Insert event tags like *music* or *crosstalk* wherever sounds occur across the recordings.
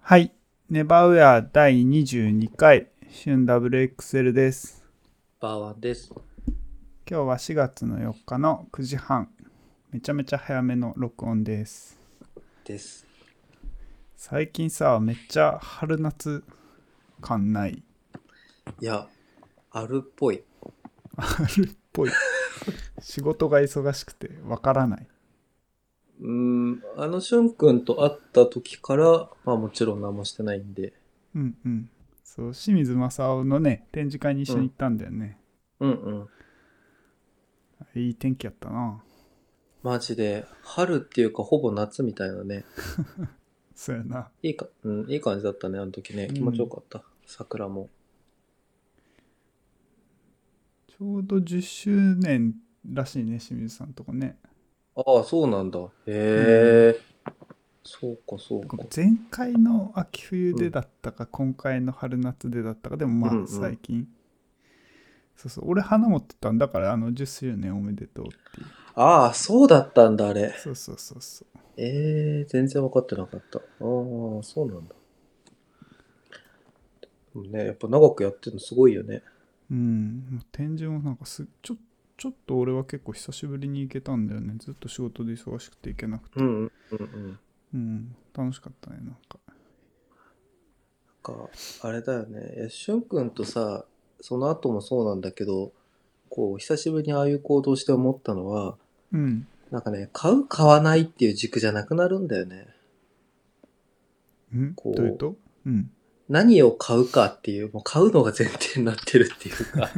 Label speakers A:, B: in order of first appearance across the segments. A: はい。ネバウェア第22回、旬 WXL です。
B: バーワンです。
A: 今日は4月の4日の9時半。めちゃめちゃ早めの録音です。
B: です。
A: 最近さ、めっちゃ春夏感ない。
B: いや、あるっぽい。
A: 春っぽい。仕事が忙しくてわからない。
B: うーん、あのしゅんくんと会った時から、まあもちろん何もしてないんで。
A: うんうん。そう、清水正雄のね、展示会に一緒に行ったんだよね。
B: うんうん。
A: いい天気やったな。
B: マジで、春っていうかほぼ夏みたいなね。
A: そうやな。
B: いいか、うん、いい感じだったね、あの時ね。
A: うん
B: 気持ちよかった。桜も。
A: ちょうど10周年らしいね、清水さんとこね。
B: ああ、そうなんだ。へえ。そうか、そうか。
A: 前回の秋冬でだったか、今回の春夏でだったかでも
B: うん
A: ま
B: う
A: あ
B: ん
A: 最近、そうそう俺花持ってたんだからあの10周年おめでとうっていう
B: ああ、そうだったんだ、あれ。
A: そうそうそうそう
B: ええ全然分かってなかった。ああ、そうなんだ。でもね、やっぱ長くやってるのすごいよね。
A: うんもう展示もなんかすちょちょっと俺は結構久しぶりに行けたんだよねずっと仕事で忙しくて行けなくて
B: うんうんうんうん。なん
A: うん楽しかったねなんか
B: か、あれだよね。いや、しゅんくんとさ、その後もそうなんだけど、こう、久しぶりにああいう行動して思ったのは、
A: うん
B: なんかね、買う、買わないっていう軸じゃなくなるんだよね。
A: うん
B: こう
A: どういうとうん
B: 何を買うかっていう、もう買うのが前提になってるっていう *laughs* か。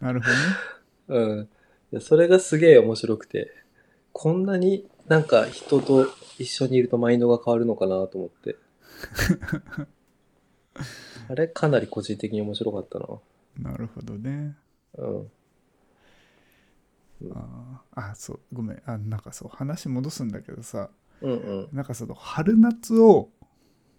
A: なるほどね *laughs*
B: うん。いやそれがすげえ面白くて、こんなになんか人と一緒にいるとマインドが変わるのかなと思 *laughs* って。あれかなり個人的に面白かったな。
A: なるほどね
B: うん。
A: あーあそうごめんあなんかそう話戻すんだけどさ、
B: うんうん。
A: なんかその春夏を、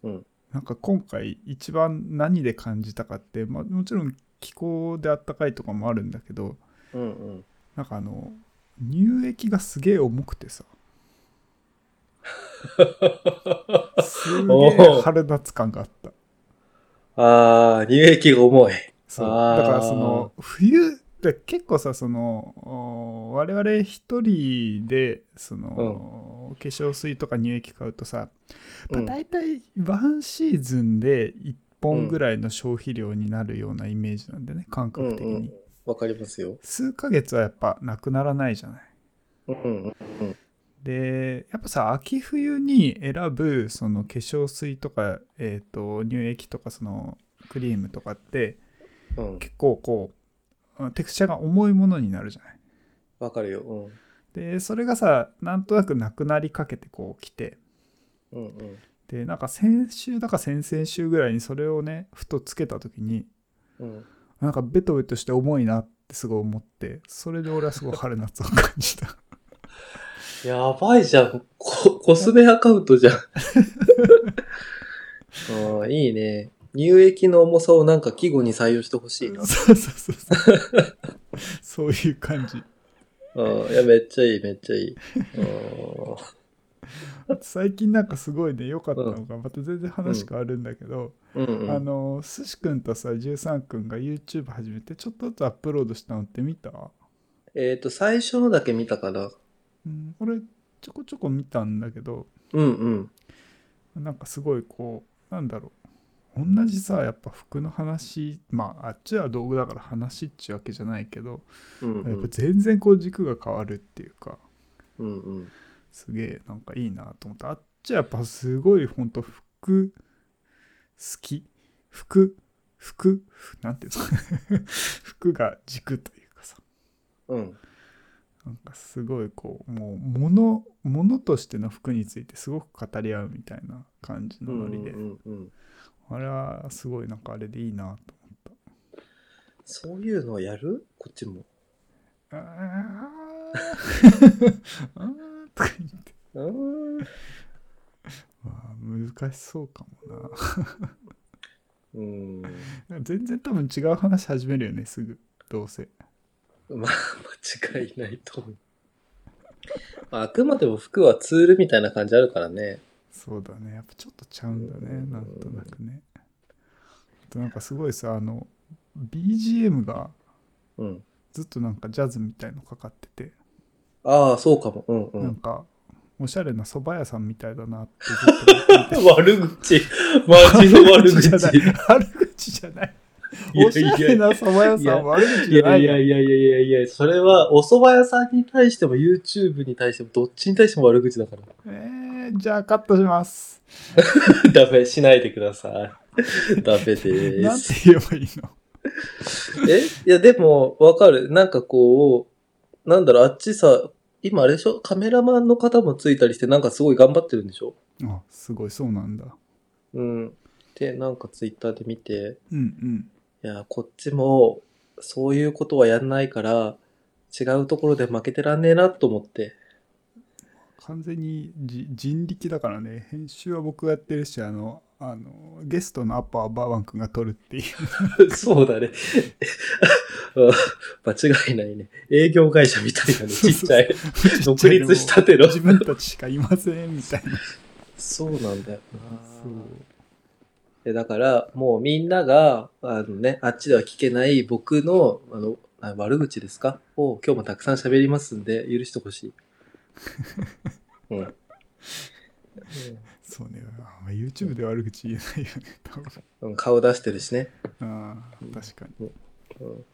B: うん
A: なんか今回一番何で感じたかって、まあ、もちろん気候であったかいとかもあるんだけど
B: うんうん。
A: なんかあの乳液がすげえ重くてさすげ
B: お
A: え
B: ー
A: 春夏感があった
B: あー、乳液が重い。
A: そう
B: あー
A: だからその冬で結構さそのお我々一人でその、化粧水とか乳液買うとさ、まあ、
B: うん
A: 大体ワンシーズンで1本ぐらいの消費量になるようなイメージなんだよね、感覚的に、
B: うんうんわかりますよ。
A: 数ヶ月はやっぱなくならないじゃない
B: うんうん。
A: でやっぱさ秋冬に選ぶその化粧水とか、えー、と乳液とかそのクリームとかって
B: うん。
A: 結構こううんテクスチャーが重いものになるじゃない
B: わかるよ。うん。
A: でそれがさなんとなくなくなりかけてこう来て
B: うんうん。
A: でなんか先週だか先々週ぐらいにそれをねふとつけた時に
B: うん、
A: なんかベトベトして重いなってすごい思ってそれで俺はすごい春夏を感じた
B: やばいじゃん。ココスメアカウントじゃん。あーいいね。乳液の重さをなんか季語に採用してほし *laughs* いな。
A: そうそうそうそうそういう感じ
B: うん、いや、めっちゃいい、めっちゃいい。うん
A: 最近なんかすごいね良かったのがまた全然話変わるんだけど、
B: うんうん、
A: あのすしくんとさ13くんが YouTube 始めてちょっとずつアップロードしたのって見た
B: えっ、と、最初のだけ見たかな。
A: うん、俺ちょこちょこ見たんだけど
B: うんうん。
A: なんかすごいこうなんだろう同じさやっぱ服の話まああっちは道具だから話っちゅうわけじゃないけど、
B: うんう
A: やっぱ
B: ん。
A: 全然こう軸が変わるっていうか
B: うんうん。
A: すげえなんかいいなと思ってあっちはやっぱすごいほんと服好き服服なんていうの *laughs* 服が軸というかさ
B: うん。
A: なんかすごいこうもう物物としての服についてすごく語り合うみたいな感じのノリで、
B: うんうんうん。
A: あれはすごいなんかあれでいいなと
B: そういうのをやるこっちも。
A: あ
B: *laughs*
A: ーあーとか言って
B: うん。
A: まあ難しそうかも
B: うん。
A: な全然多分違う話始めるよねすぐどうせ
B: まあ、間違いないと思う。まあ、あくまでも服はツールみたいな感じあるからね。
A: そうだねやっぱちょっとちゃうんだねなんとなくねあとなんかすごいさあの BGM が
B: うん。
A: ずっとなんかジャズみたいのかかってて、
B: ああ、そうかも。うんう
A: なん
B: ん。
A: かおしゃれな蕎麦屋さんみたいだなってずっと思ってて
B: 悪
A: *laughs*
B: 口。マジの悪
A: 悪口
B: 口。
A: じゃない *laughs* 悪口じゃない
B: い
A: おしゃれな蕎麦屋さんは悪口
B: い
A: じゃな
B: や
A: い
B: い
A: よ
B: やいやいやいやいや、それはお蕎麦屋さんに対しても YouTube に対してもどっちに対しても悪口だから。
A: えー、じゃあカットします
B: ダメ、しないでください。ダメで
A: なん
B: す
A: て。言えばいいの
B: え *laughs* いやでも、わかる。なんかこう、なんだろう、あっちさ、今あれでしょカメラマンの方もついたりして、なんかすごい頑張ってるんでしょ
A: *laughs* あすごいそうなんだ
B: うん。で、なんかツイッターで見て、
A: うん
B: いや、こっちも、そういうことはやんないから、違うところで負けてらんねえなと思って。 *laughs*
A: うん完全にじ人力だからね編集は僕がやってるしあのあのゲストのアッパーバーワン君が撮るっていう
B: そうだね。 *laughs* うん間違いないね。営業会社みたいなね、ちっ *laughs* ちゃい。 *laughs* 独立したての
A: 自分たちしかいませんみたい
B: *laughs*
A: な
B: そうなんだよ
A: そう
B: でだから、もうみんなが、あのね、あっちでは聞けない僕の、あの、あ悪口ですかを今日もたくさん喋りますんで、許して
A: *laughs*
B: ほしい。うん。うん
A: そうねあ YouTube で悪口言えないよね *laughs* 多分
B: うん顔出してるしね。
A: あー確かに
B: うん、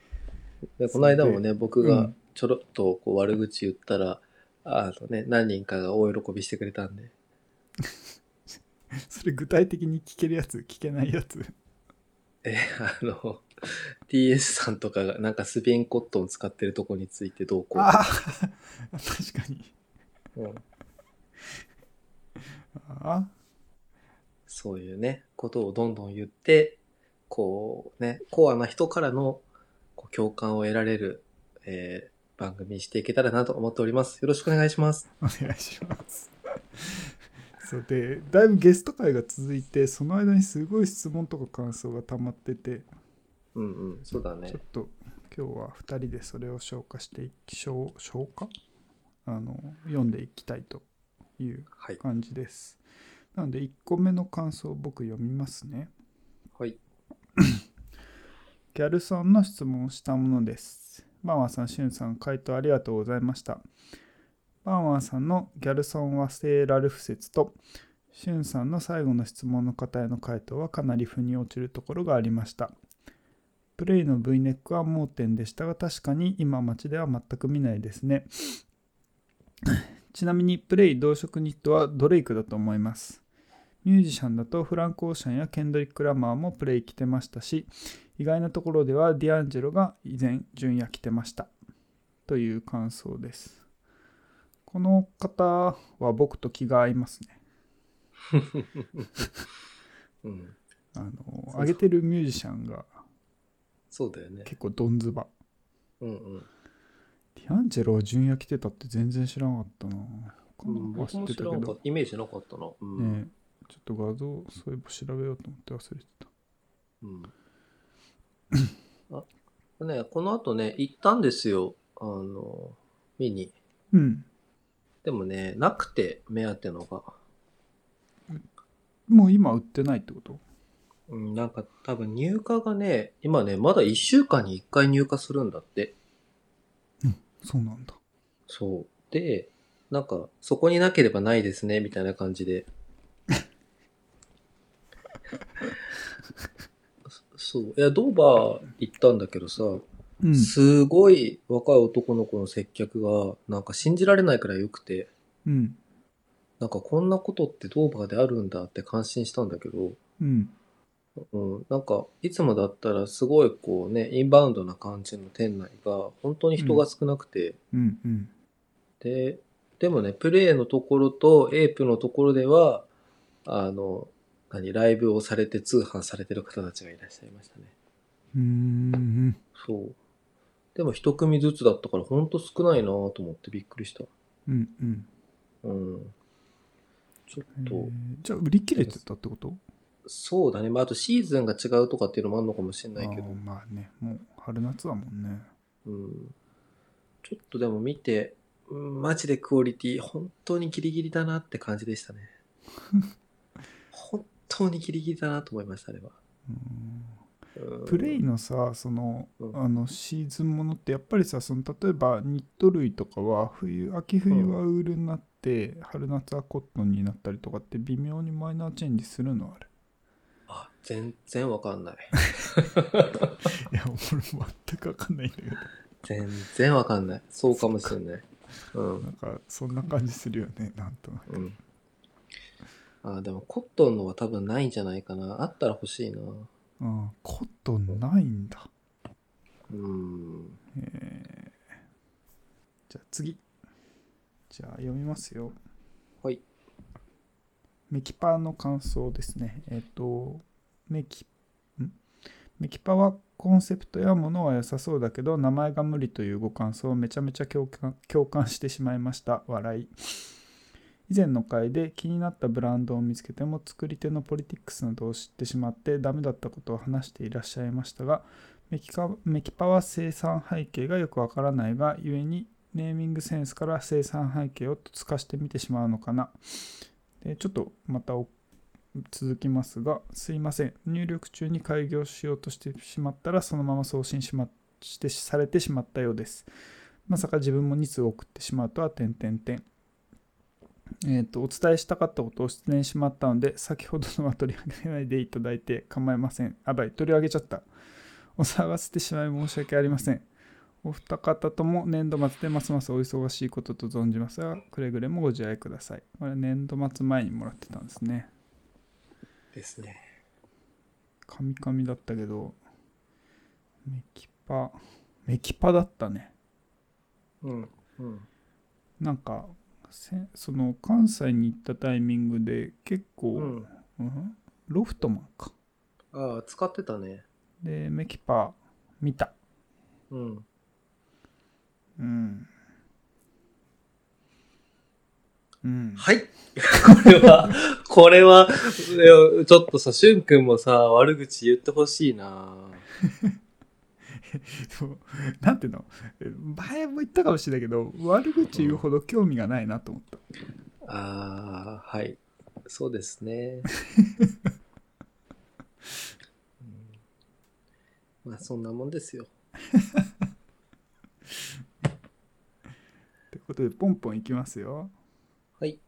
B: でこの間もね、僕
A: う
B: が
A: ん
B: ちょろっとこう悪口言ったら、あのね、何人かが大喜びしてくれたんで。
A: それ具体的に聞けるやつ聞けないやつ
B: え、あの、TS さんとかがなんかスビンコットン使ってるとこについてどうこう。
A: あー *laughs* 確かに
B: うん
A: あ
B: そういうね、ことをどんどん言って、こうね、コアな人からのこう共感を得られる、えー番組にしていけたらなと思っております。よろしくお願いします。
A: お願いします。 *laughs* そうでだいぶゲスト会が続いてその間にすごい質問とか感想が溜まってて
B: うんうん、そうだね
A: ちょっ。と今日は2人でそれを消化していき消消化あの読んでいきたいという
B: はい。
A: 感じです。なので1個目の感想を僕読みますね。
B: はい。
A: *clears throat* ギャルさんの質問をしたものです。バンワンさん、シュンさん、回答ありがとうございました。バンワンさんのギャルソンは聖ラルフ説と、シュンさんの最後の質問の方への回答はかなり腑に落ちるところがありました。プレイの V ネックは盲点でしたが、確かに今街では全く見ないですね。ちなみに、プレイ同色ニットはドレイクだと思います。ミュージシャンだとフランク・オーシャンやケンドリック・ラマーもプレイ着てましたし、意外なところではディアンジェロが以前純也着てましたという感想ですこの方は僕と気が合いますね
B: うん。
A: あの
B: そう
A: 上げてるミュージシャンが
B: そうだよね。
A: 結構ドンズバ
B: うんうん。
A: ディアンジェロは純也着てたって全然知らなかったな他のは知
B: 僕
A: っ
B: も
A: て
B: 知
A: たけ
B: らなかっ
A: ど
B: た。イメージなかったな。うん。
A: ねえちょっと画像そういえば調べようと思って忘れてた
B: うん。あね、この後ね、行ったんですよ。あの、見に。
A: うん
B: でもね、なくて、目当てのが。
A: もう今売ってないってこと
B: うん、なんか多分入荷がね、今ね、まだ1週間に1回入荷するんだって。
A: そうなんだ
B: そう。で、なんか、そこになければないですね、みたいな感じで。そそう。いや、ドーバー行ったんだけどさ、
A: うん
B: すごい若い男の子の接客が、なんか信じられないくらい良くて、
A: うん
B: なんかこんなことってドーバーであるんだって感心したんだけど、
A: うん
B: うん、なんか、いつもだったらすごいこうね、インバウンドな感じの店内が、本当に人が少なくて、
A: うんうん
B: で、でもね、プレイのところとエイプのところでは、あの、何、ライブをされて通販されてる方たちがいらっしゃいましたね。
A: うーん
B: そう。でも一組ずつだったから、ほんと少ないなぁと思ってびっくりした。
A: うんうん
B: うん。ちょっと、
A: えーじゃあ売り切れてたってこと
B: そうだね。まあ、あとシーズンが違うとかっていうのもあるのかもしれないけ
A: あ
B: ど
A: ー、まあねもう春夏だもんね
B: うんちょっ
A: *laughs*
B: とでも見て、うんマジでクオリティ、本当にギリギリだなって感じでしたね。本当にギリギリだなと思いました、あれは。
A: うん
B: うん
A: プレイのさその
B: うん
A: あのシーズンものってやっぱりさその例えばニット類とかは冬秋冬はウールになって、春夏はコットンになったりとかって微妙にマイナーチェンジするのあれ
B: あ、全然わかんない。
A: いや俺全く分かんないんだけど
B: 全然わかんない。そうかもしれない。うん。
A: なんかそんな感じするよねなんとなく
B: うん。あ、でもコットンのは多分ないんじゃないかな。あったら欲しいな。
A: ああコットンないんだ
B: うん。
A: えーじゃあ次じゃあ読みますよ
B: はい。
A: メキパの感想ですね。えっ、と、メキ、んメキパはコンセプトやものは良さそうだけど、名前が無理というご感想をめちゃめちゃ共感共感してしまいました。笑い。以前の回で気になったブランドを見つけても作り手のポリティックスなどを知ってしまってダメだったことを話していらっしゃいましたが、メキカメキパは生産背景がよくわからないが、故にネーミングセンスから生産背景をつかしてみてしまうのかな。でちょっとまたお続きますが、すいません。入力中に開業しようとしてしまったら、そのまま送信し,、ま、してされてしまったようです。まさか自分も2通送ってしまうとは、点点点。えっ、と、お伝えしたかったことを失念しまったので、先ほどのは取り上げないでいただいて構いません。あばい、取り上げちゃった。お騒がせてしまい申し訳ありません。お二方とも年度末でますますお忙しいことと存じますが、くれぐれもご自愛ください。これは年度末前にもらってたんですね。
B: ですね。
A: カミカミだったけど、メキパ、メキパだったね。
B: うん。うん。
A: なんか、せその関西に行ったタイミングで結構、
B: うん。
A: うんロフトマンか。
B: ああ、使ってたね。
A: で、メキパ見た。
B: うん。
A: うん。うん。
B: はい。 *laughs* これは、これは、いやちょっとさ、しゅんくんもさ、悪口言ってほしいな。
A: そうなんていうのえ前も言ったかもしれないけど悪口言うほど興味がないなと思った、
B: ああ、はい。そうですね。うんまあ、そんなもんですよ。
A: ということでポンポンいきますよ
B: はい。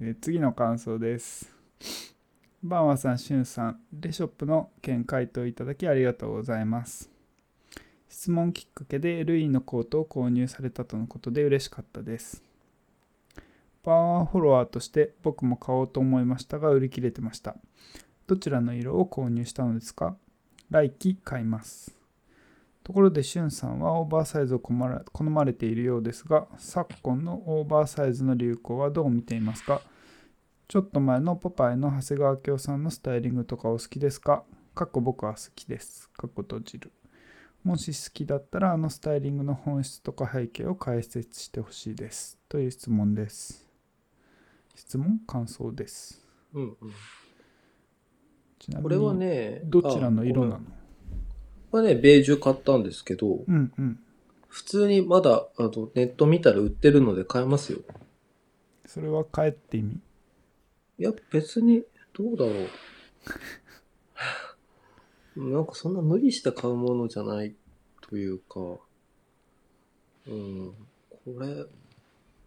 A: えー次の感想です。バンワさん、シュンさん、レショップの件回答いただきありがとうございます。質問きっかけで LE のコートを購入されたとのことで嬉しかったです。バンワフォロワーとして僕も買おうと思いましたが売り切れてました。どちらの色を購入したのですか来季買います。ところで、しゅんさんはオーバーサイズを好ま好まれているようですが、昨今のオーバーサイズの流行はどう見ていますかちょっと前のポパイの長谷川京さんのスタイリングとかお好きですかかっこ僕は好きです。かっこ閉じる。もし好きだったら、あのスタイリングの本質とか背景を解説してほしいです。という質問です。質問感想です。
B: うんうん。
A: ちなみ
B: これは
A: に、
B: ね、
A: どちらの色な
B: あ
A: の
B: これこれね、ベージュ買ったんですけど、
A: うんうん。
B: 普通にまだ、あと、ネット見たら売ってるので買えますよ。
A: それは帰って意味
B: いや、別に、どうだろう。 *laughs* なんかそんな無理して買うものじゃないというか、うん、これ、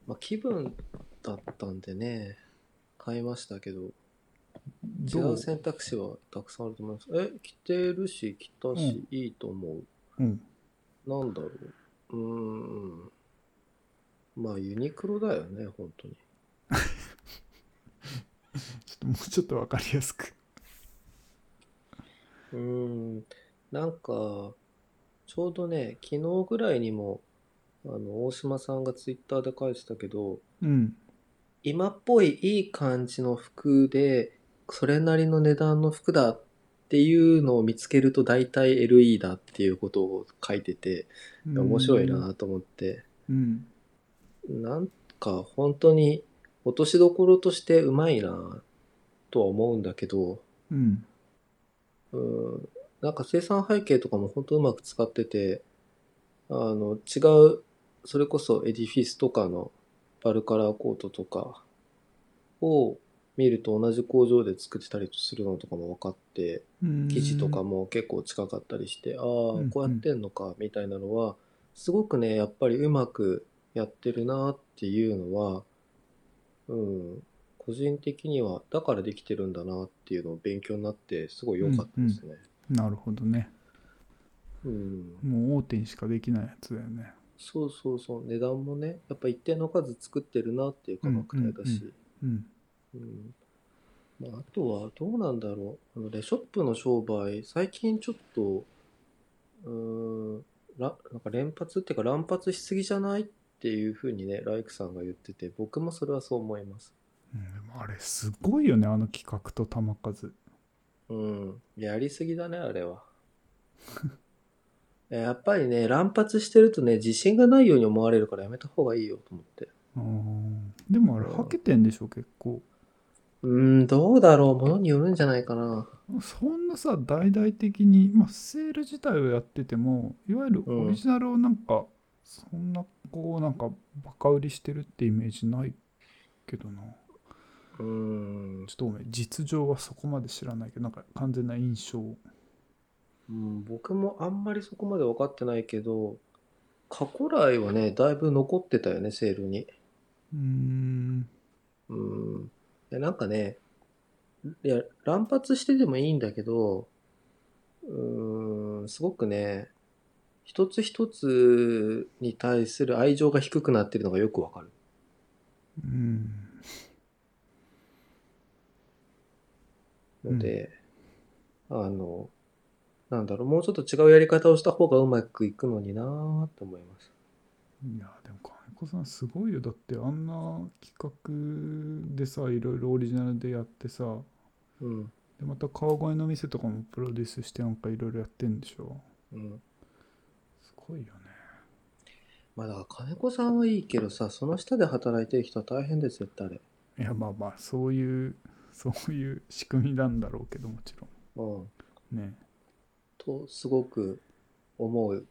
B: まあ気分だったんでね、買いましたけど、違
A: ど
B: う
A: う
B: 選択肢はたくさんあると思います。え、着てるし、着たし、いいと思
A: うん。
B: う。なんだろう。うん。まあユニクロだよね、本当に。
A: ちょっともうちょっとわかりやすく。
B: うーん、なんか、ちょうどね、昨日ぐらいにも、あの、大島さんがツイッターで返してたけど、
A: うん。
B: 今っぽいいい感じの服で、それなりの値段の服だっていうのを見つけると大体 LE だっていうことを書いてて、面白いなと思って、
A: うん。
B: なんか本当に落としどころとしてうまいなとは思うんだけど、
A: うん。
B: うんなんか生産背景とかも本当うまく使ってて、あの、違う、それこそエディフィスとかのバルカラーコートとか、を見ると同じ工場で作ってたりするのとかも分かって、記事とかも結構近かったりして、ああ、
A: うん
B: こうやってんのか、みたいなのは、すごくね、やっぱりうまくやってるなっていうのは、うん、個人的には、だからできてるんだなっていうのを勉強になって、すごい良かったですね。
A: なるほどね
B: うん、
A: もう大手にしかできないやつだよね
B: そうそうそう、値段もね、やっぱ一定の数作ってるなっていう価格帯だし、
A: うん
B: うんまあ、あとはどうなんだろうあのレショップの商売最近ちょっとうーんらなんか連発っていうか乱発しすぎじゃないっていうふうにねライクさんが言ってて僕もそれはそう思います
A: うんでもあれすごいよねあの企画と球数
B: うんやりすぎだねあれは *laughs* やっぱりね乱発してるとね自信がないように思われるからやめた方がいいよと思って
A: あーでもあれ
B: うん
A: はけてんでしょ結構
B: うーんどうだろうものによるんじゃないかな
A: そんなさ大々的に、まあ、セール自体をやっててもいわゆる
B: うん
A: オリジナルをなんか、そんなこうなんかバカ売りしてるってイメージないけどな
B: うーん
A: ちょっとごめん実情はそこまで知らないけどなんか完全な印象を
B: うん、僕もあんまりそこまで分かってないけど、過去来はね、だいぶ残ってたよね、セールに。
A: うーん
B: うん。でなんかね、いや、乱発してでもいいんだけど、うん、すごくね、一つ一つに対する愛情が低くなってるのがよくわかる。
A: うん
B: ので、あの、なんだろう、もうちょっと違うやり方をした方がうまくいくのになーって思います。
A: いやでも金子さんすごいよだってあんな企画でさいろいろオリジナルでやってさ
B: うん。
A: でまた川越の店とかもプロデュースしてなんかいろいろやってんでしょ
B: うん。
A: すごいよね
B: まあだから金子さんはいいけどさ、その下で働いてる人は大変ですよ、絶対あれ。
A: いやまあまあそういうそういう仕組みなんだろうけどもちろ
B: うん。
A: んね
B: と、すごく思う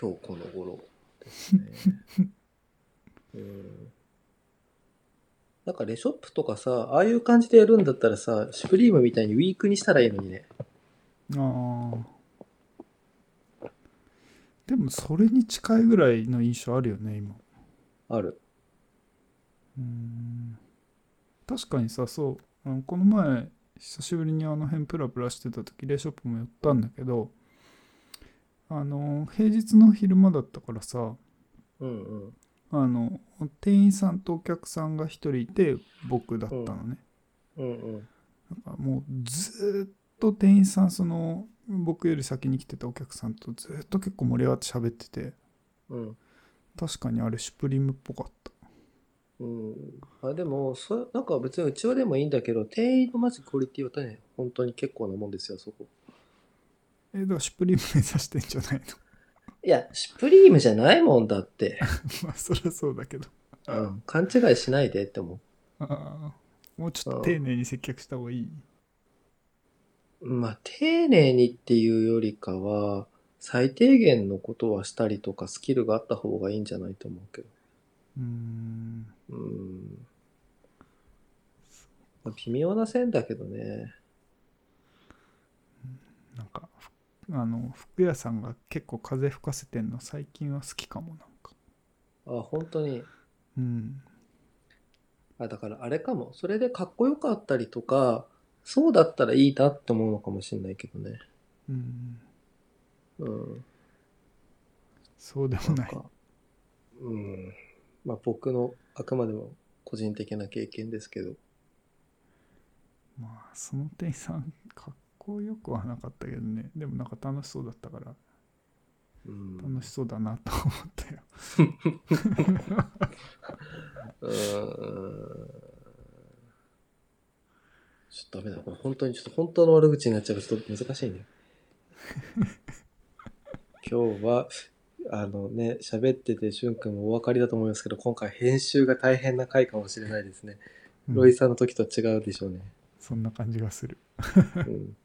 B: 今日この頃ですね。うん。なんかレショップとかさ、ああいう感じでやるんだったらさ、シュプリームみたいにウィークにしたらいいのにね。
A: ああでもそれに近いぐらいの印象あるよね今
B: ある。
A: うーん確かにさそうあのこの前久しぶりにあの辺プラプラしてた時レイショップも寄ったんだけどあの平日の昼間だったからさ
B: うんうん。
A: あの店員さんとお客さんが1人いて僕だったのね、
B: うんうん。
A: なんかもうずーっと店員さんその僕より先に来てたお客さんとずーっと結構盛り上がって喋ってて
B: うん。
A: 確かにあれシュプリームっぽかった
B: うん、あでもそ、なんか別にうちはでもいいんだけど、店員のマジクオリティはね、本当に結構なもんですよ、そこ。
A: えだからシュプリーム目指してんじゃないの *laughs*
B: いや、シュプリームじゃないもんだって。
A: まあそりゃそうだけど
B: うん、勘違いしないでって思
A: あー *laughs* もうちょっと丁寧に接客した方がいい。
B: う。まあ、丁寧にっていうよりかは、最低限のことはしたりとか、スキルがあった方がいいんじゃないと思うけど。
A: うーん。
B: うん。まあ微妙な線だけどね。
A: なんか、ふあの、服屋さんが結構風吹かせてんの、最近は好きかも、なんか。
B: あ、本当に。
A: うん。
B: あ、だからあれかも。それでかっこよかったりとか、そうだったらいいなって思うのかもしれないけどね。
A: うん。
B: うん。
A: そうでも
B: な
A: なんい
B: か。、うん。まあ僕のあくまでも個人的な経験ですけど。
A: まあ、その店員さん、かっこよくはなかったけどね。でもなんか楽しそうだったから、
B: うん。
A: 楽しそうだなと思ったよ。
B: うーんちょっとダメだ。これ本当に、ちょっと本当の悪口になっちゃうからちょっと難し
A: *laughs*
B: いね。今日は、あのね、喋ってて、しゅんくんもお分かりだと思いますけど、今回編集が大変な回かもしれないですね。
A: うん
B: ロイさんの時と違うで
A: *laughs*
B: しょうね。
A: そんな感じがする。
B: うん。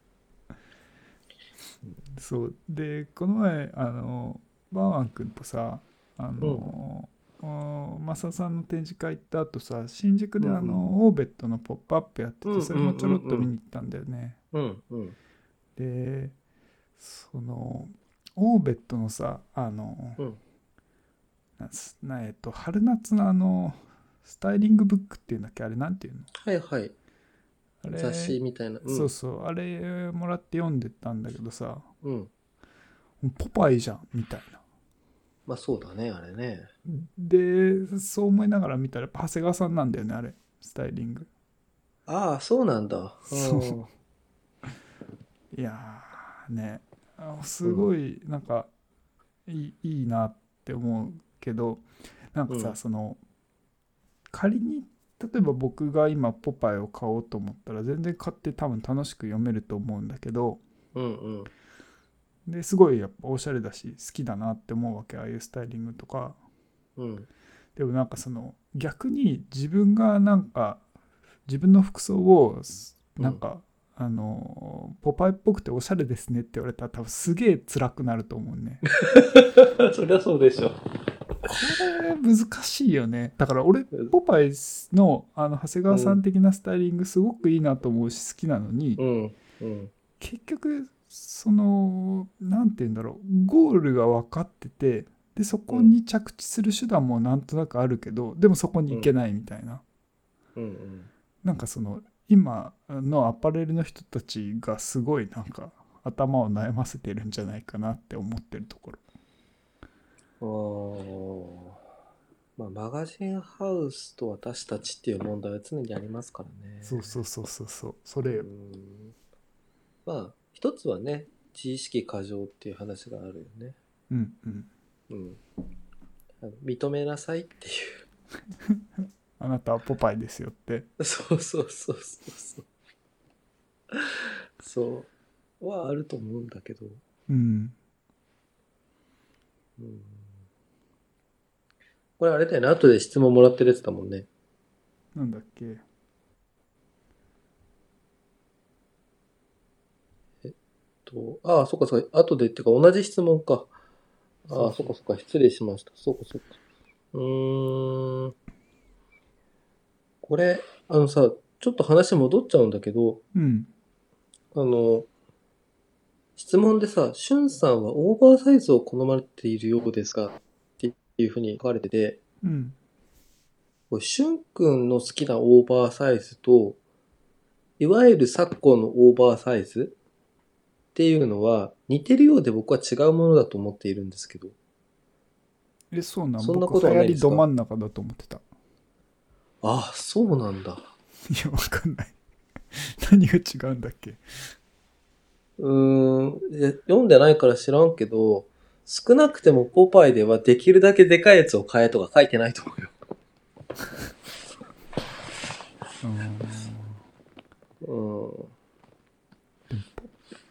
A: そうでこの前あのバーワン君とさあの、おマサさんの展示会行った後さ新宿であの、
B: うん
A: オーベットのポップアップやっててそれもちょろっと見に行ったんだよね、
B: うん、うん。
A: でそのオーベットのさあの、
B: うん
A: なんすなえっと春夏のあのスタイリングブックっていうんだっけあれなんていうの
B: はいはい。
A: あれ
B: 雑誌みたいな。うん、
A: そうそうあれもらって読んでたんだけどさ
B: うん。
A: ポパイじゃんみたいな
B: まあそうだね、あれね。
A: でそう思いながら見たらやっぱ長谷川さんなんだよねあれスタイリング
B: ああ、そうなんだ。
A: そういやーねあすごいなんかいいいいなって思うけどなんかさ、
B: うん
A: その仮に例えば僕が今「ポパイ」を買おうと思ったら全然買って多分楽しく読めると思うんだけど
B: うん。うんうん。
A: ですごいやっぱおしゃれだし好きだなって思うわけああいうスタイリングとか
B: うん。
A: でもなんかその逆に自分がなんか自分の服装をす
B: うん
A: なんか、あのポパイっぽくておしゃれですねって言われたら多分すげえ辛くなると思う
B: *laughs*
A: ねこ
B: *laughs* そりゃそうでしょ。
A: れ難しいよねだから俺ポパイのあの長谷川さん的なスタイリングすごくいいなと思うし好きなのに、
B: うん。うん。
A: 結局その何て言うんだろうゴールが分かっててでそこに着地する手段もなんとなくあるけどでもそこに行けないみたいな、
B: うんうん。
A: なんかその今のアパレルの人たちがすごいなんか頭を悩ませてるんじゃないかなって思ってるところ
B: おまあ、マガジンハウスと私たちっていう問題は常にありますからね。
A: そうそうそうそうそうそれ
B: うんまあ、一つはね、自意識過剰っていう話があるよね。
A: うんうん
B: うん。認めなさいってい
A: あなたはポパイですよって
B: う。そうそうそうそうそう。そう。はあると思うんだけど。
A: うん
B: うん。これあれだよね。後で質問もらってるやつだもんね。
A: なんだっけ
B: とああ、そっかそっか。後でっていうか、同じ質問か。ああ、
A: そ
B: そ
A: そう
B: うっかそっか。失礼しました。そっかそっか。うーん。これ、あのさ、ちょっと話戻っちゃうんだけど、
A: うん
B: あの、質問でさ、しゅんさんはオーバーサイズを好まれているようですが、っていうふうに書かれてて、
A: うん
B: しゅんくんの好きなオーバーサイズと、いわゆる昨今のオーバーサイズっていうのは、似てるようで僕は違うものだと思っているんですけど。
A: えそうなん
B: そんな
A: 僕
B: ことは
A: 流
B: な
A: 行
B: いで
A: り
B: すか
A: ど真ん中だと思ってたい
B: ああ、そうなんだ。
A: やわかんない何が違うんだっけ
B: うーん、いや読んでないから知らんけど、少なくてもポパイではできるだけでかいやつを買えとか書いてないと思うよ。
A: うーん
B: うん。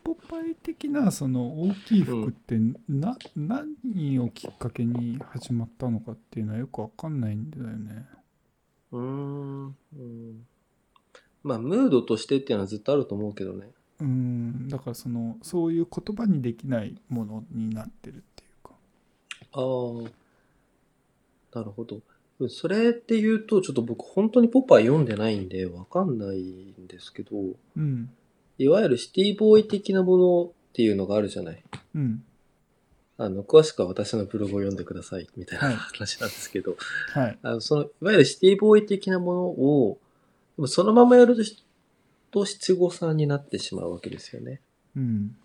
A: ポパイ的なその大きい服ってな、何をきっかけに始まったのかっていうのはよくわかんないんだよね。
B: うーんうんまあ、ムードとしてっていうのはずっとあると思うけどね。
A: うんだからそのそういう言葉にできないものになってるっていうか。
B: ああ。なるほど。うんそれって言うと、ちょっと僕本当にポパイ読んでないんで、わかんないんですけど、
A: うん
B: いわゆるシティボーイ的なものっていうのがあるじゃない。
A: うん
B: あの、詳しくは私のブログを読んでください、みたい
A: は
B: ない話なんですけど、
A: はい。
B: あの、その、いわゆるシティボーイ的なものを、でもそのままやるとしと七五三になってしまうわけですよね。
A: うん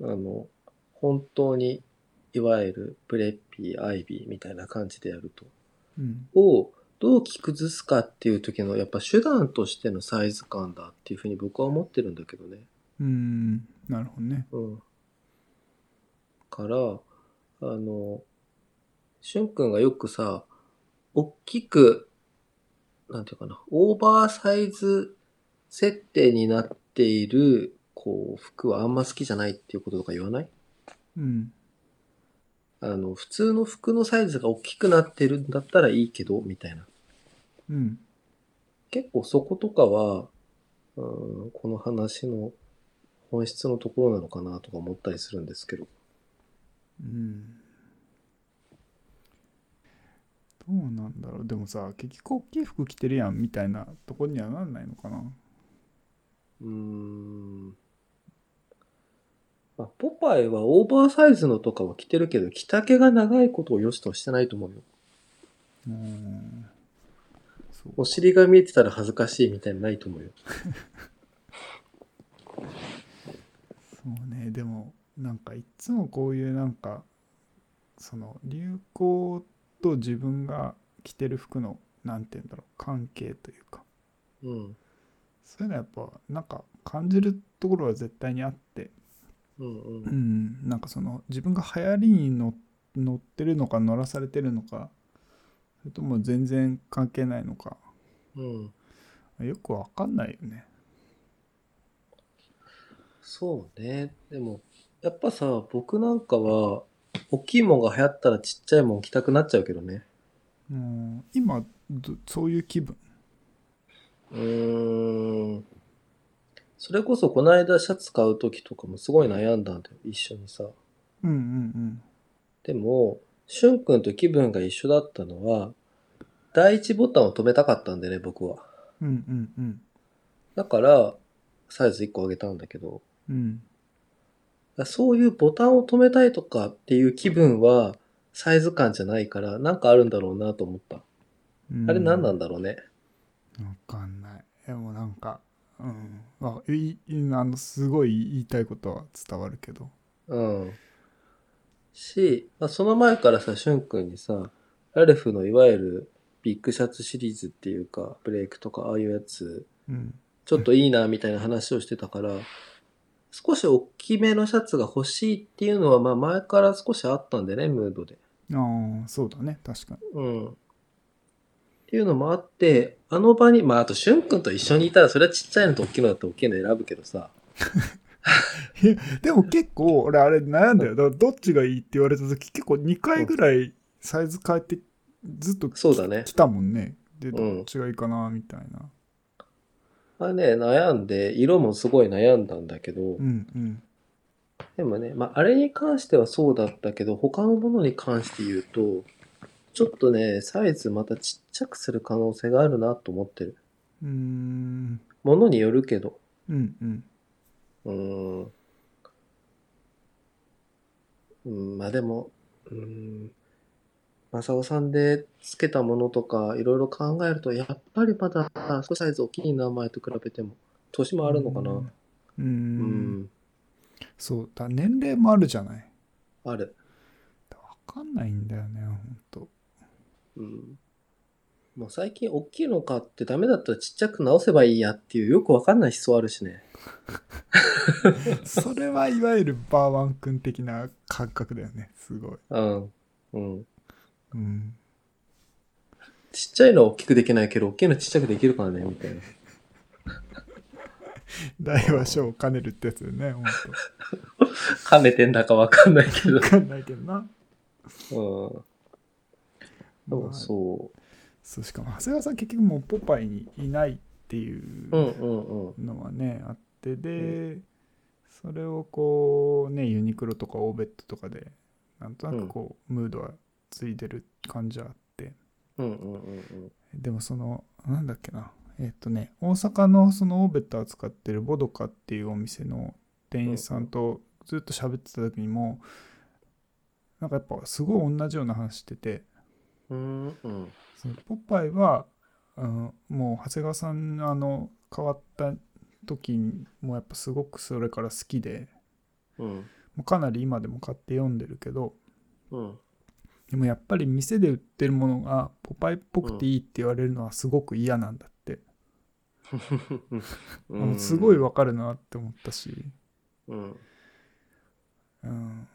B: あの、本当に、いわゆるプレッピー、アイビーみたいな感じでやると。
A: うん
B: を、どう着崩すかっていう時の、やっぱ手段としてのサイズ感だっていうふうに僕は思ってるんだけどね。
A: うんなるほどね。
B: うん。から、あの、しゅんくんがよくさ、大きく、なんていうかな、オーバーサイズ設定になっている、こう、服はあんま好きじゃないっていうこととか言わない
A: うん
B: あの、普通の服のサイズが大きくなってるんだったらいいけど、みたいな。
A: うん
B: 結構そことかは、うん、この話の本質のところなのかなとか思ったりするんですけど。
A: うん。どうなんだろうでもさ結局大きい服着てるやんみたいなとこにはなんないのかな
B: うーん。まあ、ポパイはオーバーサイズのとかは着てるけど、着丈が長いことを良しとしてないと思うよ。
A: うーんそう
B: お尻が見えてたら恥ずかしいみたいなのないと思うよ。
A: そうねでもなんかいつもこういうなんかその流行と自分が着てる服のなんて言うんだろう関係というか
B: うん。
A: そういうのはやっぱなんか感じるところは絶対にあって
B: うんう。
A: うんんなんかその自分が流行りに乗乗ってるのか乗らされてるのかそれとも全然関係ないのか
B: うん。
A: よくわかんないよね
B: そうね。でも、やっぱさ、僕なんかは、大きいもんが流行ったらちっちゃいもん着たくなっちゃうけどね。
A: うん今どそういう気分
B: うーん。それこそこの間シャツ買うときとかもすごい悩んだんだよ。一緒にさ。
A: うんうん
B: でも、しゅんくんと気分が一緒だったのは、第一ボタンを止めたかったんでね、僕は。
A: うんうんうんうん
B: だから、サイズ1個上げたんだけど、
A: うん
B: そういうボタンを止めたいとかっていう気分は、サイズ感じゃないから、なんかあるんだろうなと思った。
A: うん
B: あれ何なんだろうね。
A: わかんない。でもなんか、うん、まあ、いいあのすごい言いたいことは伝わるけど。
B: うん。し、まあ、その前からさ、しゅんくんにさ、ラルフのいわゆるビッグシャツシリーズっていうか、ブレイクとかああいうやつ、
A: うん。
B: ちょっといいなみたいな話をしてたから、少し大きめのシャツが欲しいっていうのは、まあ前から少しあったんでね、ムードで。
A: ああ、そうだね、確かに。
B: うん。っていうのもあって、あの場に、まああと、しゅんくんと一緒にいたら、それはちっちゃいのと大きいのだと大きいの選ぶけどさ。
A: でも結構、俺あれ悩んだよ。だからどっちがいいって言われた時、結構2回ぐらいサイズ変えて、ずっと
B: そうだね
A: 来。たもんね。で、
B: ん
A: どっちがいいかな、みたいな。
B: まあね、悩んで、色もすごい悩んだんだけど
A: う、んうん。
B: でもね、まああれに関してはそうだったけど、他のものに関して言うと、ちょっとね、サイズまたちっちゃくする可能性があるなと思ってる。
A: うーん。
B: ものによるけど。
A: うんうん。
B: うーん。うん、まあでも、うーん。マサオさんでつけたものとか、いろいろ考えると、やっぱりまだ少しサイズ大きいな、前と比べても。年もあるのかな。
A: うんう。
B: うんん。
A: そうだ、年齢もあるじゃない。
B: ある。
A: わかんないんだよね、ほんと。
B: うん。もう最近大きいの買ってダメだったらちっちゃく直せばいいやっていうよくわかんない思想あるしね。
A: それはいわゆるバーワン君的な感覚だよねすごい、
B: うん。うん。
A: うん、
B: ちっちゃいのは大きくできないけど、大きいのはちっちゃくできるからね、みたいな。
A: 大和賞を兼ねるってやつだよねほんと
B: 兼ねてんだかわかんないけど
A: 分。かんないけどな
B: うん。で
A: まあ
B: もそう。
A: そうしかも長谷川さん結局もうポパイにいないっていう
B: うんうんうん。
A: のはね、あってで、それをこうねユニクロとかオーベットとかでなんとなくこう、ムードはついてる感じはあって
B: うんうんうん
A: でもそのなんだっけなえっとね大阪のそのオーベット扱ってるボドカっていうお店の店員さんとずっと喋ってた時にもなんかやっぱすごい同じような話してて
B: うん。うんうん。
A: そのポパイは、うん、もう長谷川さんのあの変わった時にもやっぱすごくそれから好きで
B: うん
A: もうかなり今でも買って読んでるけど
B: うん。
A: でもやっぱり店で売ってるものがポパイっぽくていいって言われるのはすごく嫌なんだって。
B: う
A: あ
B: ん
A: のすごい。わかるなって思ったし、
B: うん。
A: うん、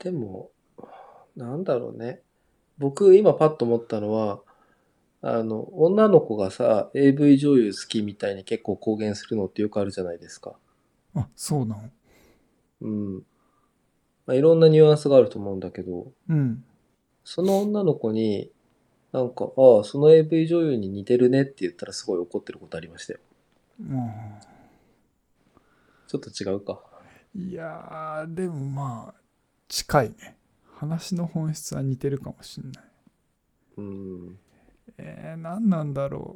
B: でも、なんだろうね。僕、今パッと思ったのは、あの、女の子がさ、AV 女優好きみたいに結構公言するのってよくあるじゃないですか。
A: あそうなの
B: うん。まあ、いろんなニュアンスがあると思うんだけど、
A: うん
B: その女の子に、なんか、ああ、その AV 女優に似てるねって言ったらすごい怒ってることありましたよ。
A: まあ
B: ちょっと違うか。
A: いやーでもまあ近いね話の本質は似てるかもしんない。
B: うん。
A: えー、何なんだろ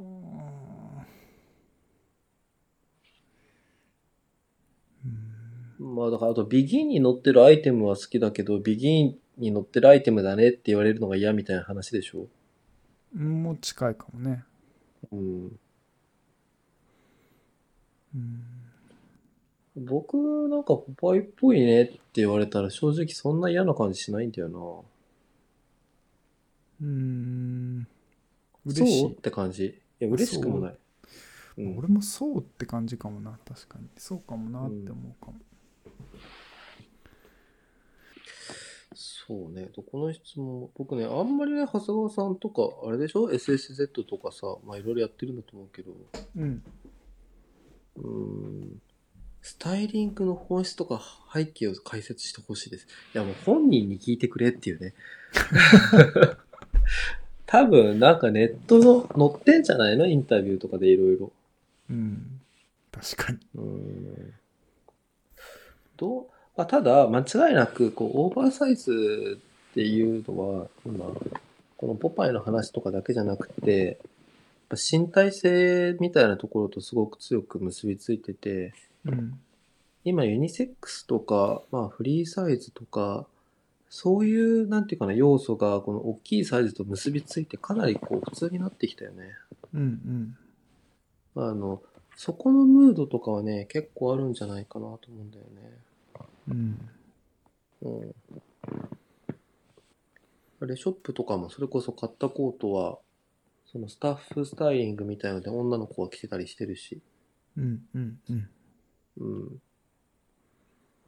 A: う。うん
B: まあだから、あと、ビギンに乗ってるアイテムは好きだけど、ビギンに乗ってるアイテムだねって言われるのが嫌みたいな話でしょ。
A: うん、もう近いかもね。
B: うん。
A: うん、
B: 僕、なんか、ポパイっぽいねって言われたら、正直そんな嫌な感じしないんだよな。
A: うん、嬉し
B: そうっ
A: い。
B: て感じ。いや、嬉しくもない。うん
A: 俺もそうって感じかもな、確かに。そうかもなって思うかも。
B: そうね、この質問、僕ね、あんまりね、長谷川さんとか、あれでしょ ?SSZ とかさ、まあいろいろやってるんだと思うけど、
A: うん。
B: うーん、スタイリングの本質とか背景を解説してほしいです。いや、もう本人に聞いてくれって *laughs* いうね。多分、なんかネットの載ってんじゃないのインタビューとかでいろいろ。
A: うん。確かに。
B: うーんどうまあ、ただ、間違いなく、こう、オーバーサイズっていうのは、今、このポパイの話とかだけじゃなくて、やっぱ身体性みたいなところとすごく強く結びついてて、
A: うん。
B: 今ユニセックスとか、まあフリーサイズとか、そういう、なんていうかな、要素が、この大きいサイズと結びついて、かなりこう、普通になってきたよね。
A: うんうん。
B: あの、そこのムードとかはね、結構あるんじゃないかなと思うんだよね。
A: うん。
B: うん。あれ、ショップとかも、それこそ買ったコートは、そのスタッフスタイリングみたいので女の子が着てたりしてるし、
A: うんうんうん。
B: うん。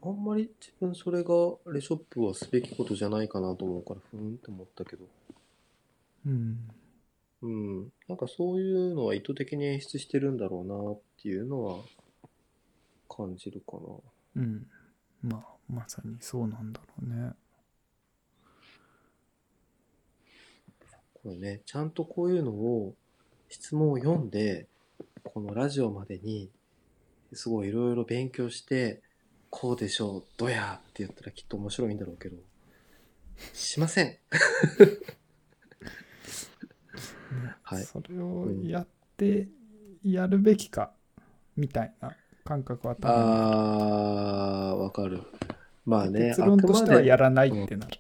B: あんまり自分それが、あれ、ショップはすべきことじゃないかなと思うから、ふーんって思ったけど。
A: うん。
B: うん。なんかそういうのは意図的に演出してるんだろうなっていうのは感じるかな。
A: うん。まあ、まさにそうなんだろうね。
B: これね、ちゃんとこういうのを、質問を読んで、このラジオまでに、すごいいろいろ勉強して、こうでしょう、どやって言ったらきっと面白いんだろうけど、し
A: *laughs*
B: ません。
A: ね
B: はい
A: それをやって、やるべきか、みたいな感覚は多分、
B: あー、わかる。まあね、
A: 結論として
B: あくま
A: は
B: で
A: やらないってなる。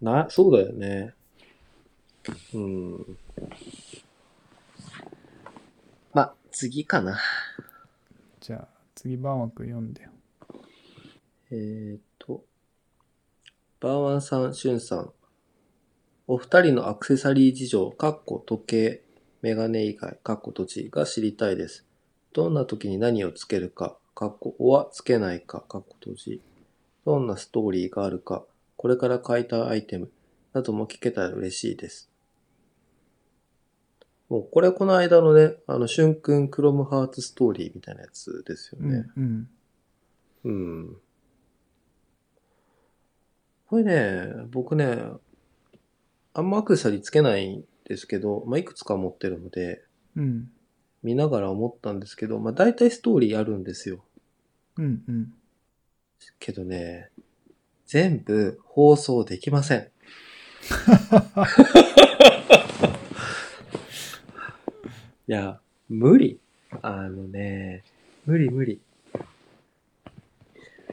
B: な、そうだよね。うん。まあ、次かな。
A: じゃあ、次、バーマン君読んでよ。
B: えーっと、バーワンさん、シュンさん。お二人のアクセサリー事情、かっこ時計、メガネ以外、かっこ土地が知りたいです。どんな時に何をつけるか、かっこおはつけないか、かっこ閉じ。どんなストーリーがあるか、これから買いたいアイテム、なども聞けたら嬉しいです。もう、これこの間のね、あの、シュンくんクロムハーツストーリーみたいなやつですよね。
A: うんうん。
B: うん。これね、僕ね、あんまアクセサリーつけないんですけど、まあ、いくつか持ってるので、
A: うん。
B: 見ながら思ったんですけど、まあ、大体ストーリーあるんですよ。
A: うんうん。
B: けどね、全部放送できません。いや、無理。あのね、無理無理。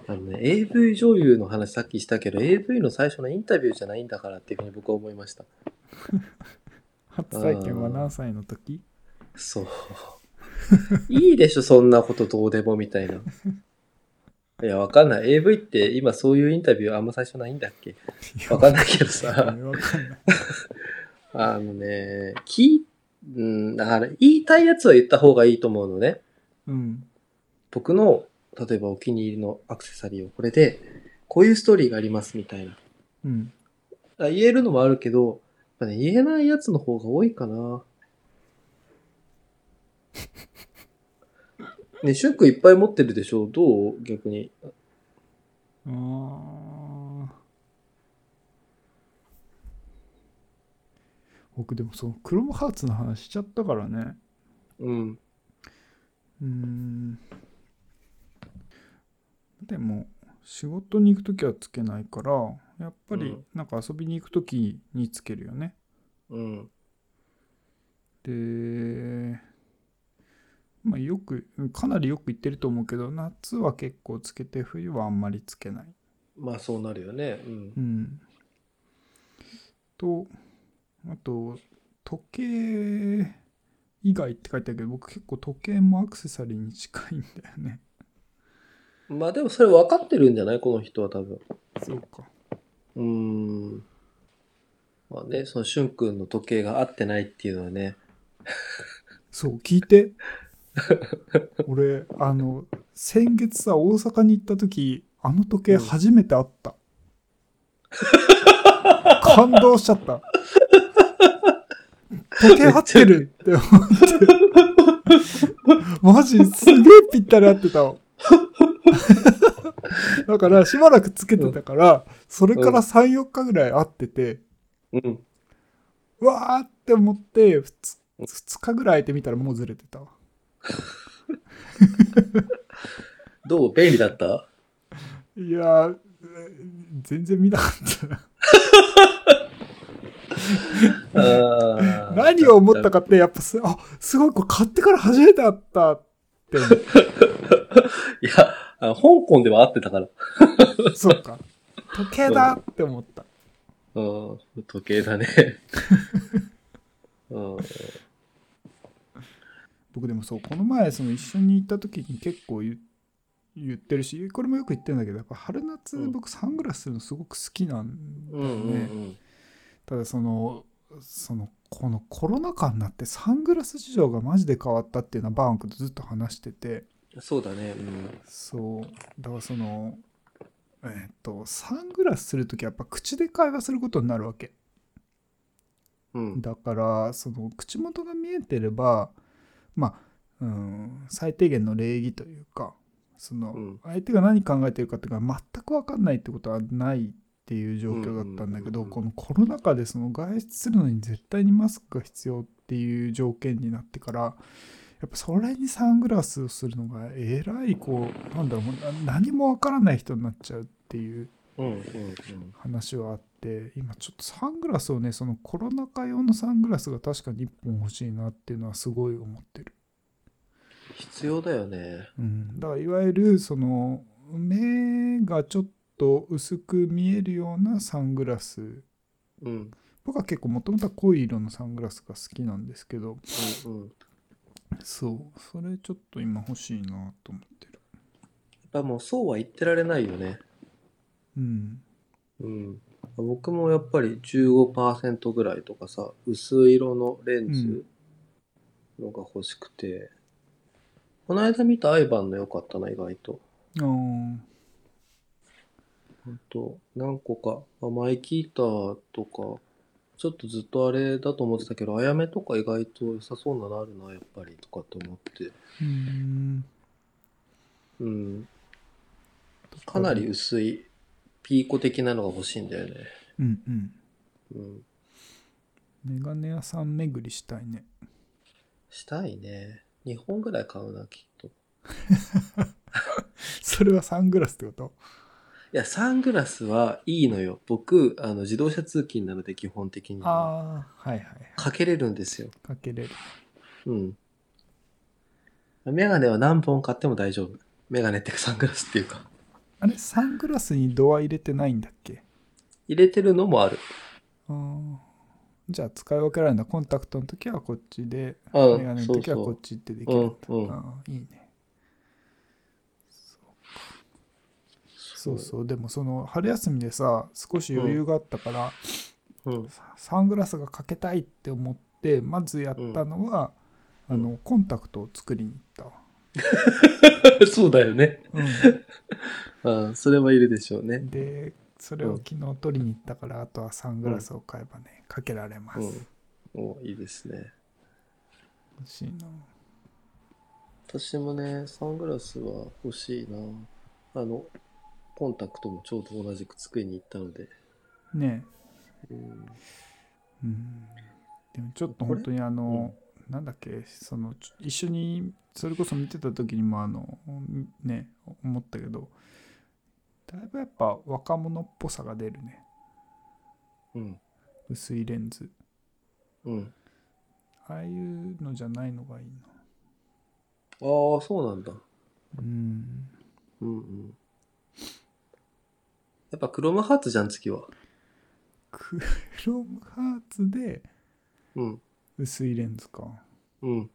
B: あのね、AV 女優の話さっきしたけど、AV の最初のインタビューじゃないんだからっていうふうに僕は思いました。
A: 初体験は何歳の時
B: そう。いいでしょ、そんなことどうでもみたいな。いや、わかんない。AV って今そういうインタビューあんま最初ないんだっけわかんないけどさ、
A: わかんない。
B: あのね、き、うん、だから言いたいやつは言った方がいいと思うのね。
A: うん。
B: 僕の、例えばお気に入りのアクセサリーをこれで、こういうストーリーがありますみたいな。
A: うん。
B: あ言えるのもあるけど、やっぱね、言えないやつの方が多いかな。ね、シュン君いっぱい持ってるでしょどう逆に。
A: あー僕でもそのクロムハーツの話しちゃったからね
B: うん。
A: うーんでも仕事に行く時はつけないからやっぱ
B: う
A: り
B: ん
A: なんか遊びに行く時につけるよね、
B: うん。
A: でまあよくかなりよく言ってると思うけど夏は結構つけて冬はあんまりつけない
B: まあそうなるよね。うん
A: う。んとあと時計以外って書いてあるけど僕結構時計もアクセサリーに近いんだよね
B: まあでもそれ分かってるんじゃないこの人は多分。
A: そうか
B: うーん。まあね、そのしゅんくんの時計が合ってないっていうのはね。
A: そう聞いて *laughs* 俺あの先月さ大阪に行った時あの時計初めてあった、感動しちゃった時計合ってるって思ってマジすげえぴったり合ってたわだからしばらくつけてたからそれから34日ぐらい合ってて
B: うん。
A: うわーって思って2日ぐらい空いてみたらもうずれてたわ
B: どう便利だった
A: いやーえー全然見なかったな何を思った
B: か。
A: かってやっぱすあすごいこれ買ってから初めてあったって思う
B: いや、あの香港では合ってたから。
A: そうか時計だって思った
B: うん、時計
A: *laughs*
B: だね。うん、
A: 僕でもそうこの前その一緒に行った時に結構言言ってるしこれもよく言ってるんだけどやっぱ春夏
B: うん
A: 僕サングラスするのすごく好きなんだ
B: うん、
A: よ
B: う
A: ね、
B: ん。
A: ただそのそのこのコロナ禍になってサングラス事情がマジで変わったっていうのはバーン君とずっと話してて、
B: そうだね。うん。
A: そうだからそのえーっとサングラスする時はやっぱ口で会話することになるわけ
B: うん。
A: だからその口元が見えてればまあうん最低限の礼儀というかその、
B: うん
A: 相手が何考えてるかっていうか全く分かんないってことはないっていう状況だったんだけど、
B: うんうんうんうん
A: このコロナ禍でその外出するのに絶対にマスクが必要っていう条件になってからやっぱそれにサングラスをするのがえらいこうなんだろうもうな何も分からない人になっちゃうっていう
B: うん、うん、
A: 話はあって今ちょっとサングラスをねそのコロナ禍用のサングラスが確かに1本欲しいなっていうのはすごい思ってる、
B: 必要だよね。
A: うん、だからいわゆるその目がちょっと薄く見えるようなサングラス
B: うん、
A: 僕は結構もともとは濃い色のサングラスが好きなんですけど
B: うん、うん。や
A: そうそれちょっと今欲しいなと思ってる
B: っぱもうそうは言ってられないよね。
A: うん
B: うん。僕もやっぱり15%ぐらいとかさ、薄い色のレンズのが欲しくて、この間見たアイバンの良かったな、意外と。
A: あー
B: ほんと、何個か、まあ、マイキーターとか、ちょっとずっとあれだと思ってたけど、あやめとか意外と良さそうなのあるな、やっぱり、とかと思って。
A: うーん
B: うん。かなり薄い、ピーコ的なのが欲しいんだよね。
A: うんうん
B: うん。
A: メガネ屋さん巡りしたいね
B: したいね。2本ぐらい買うな、きっと。い
A: それはサングラスってこと
B: や、サングラスはいいのよ。僕、あの、自動車通勤なので基本的に。か
A: ああ、はいはいはい。
B: けれるんですよ。
A: かけれる。
B: うん。メガネは何本買っても大丈夫。メガネってサングラスっていうか。
A: あれ、サングラスに度合い入れてないんだっけ
B: 入れてるのもある。
A: あーじゃあ使い分けられるんだ。コンタクトの時はこっちで、
B: う
A: メガ
B: ん、
A: ネ
B: そ
A: の
B: う
A: 時はこ
B: そ
A: っ
B: う。
A: ちってできるんだ。
B: うんうん
A: あーいいね。そうそう。でもその春休みでさ、少し余裕があったから、
B: うん。 *laughs*
A: ササングラスがかけたいって思って、まずやったのは、
B: うん
A: あの、コンタクトを作りに行ったわ。
B: そうだよね。
A: うん
B: うん、それはいるでしょう *laughs* ね。
A: でそれを昨日取りに行ったから、あとはサングラスを買えばねかけられます、
B: うん。おいいですね。
A: 欲しいな
B: 私もね、サングラスは欲しいな。あの、コンタクトもちょうど同じく机に行ったので。
A: ね
B: うん、
A: えうんでもちょっと本当にあの、なんだっけそのちょ一緒にそれこそ見てた時にもあのね思ったけどだいぶやっぱ若者っぽさが出るね
B: うん。
A: 薄いレンズ
B: うん。
A: ああいうのじゃないのがいいな
B: ああ、そうなんだ。
A: うん
B: うんうん。やっぱクロムハーツじゃん、次は。
A: クロムハーツで
B: うん。
A: 薄いレンズか
B: うん。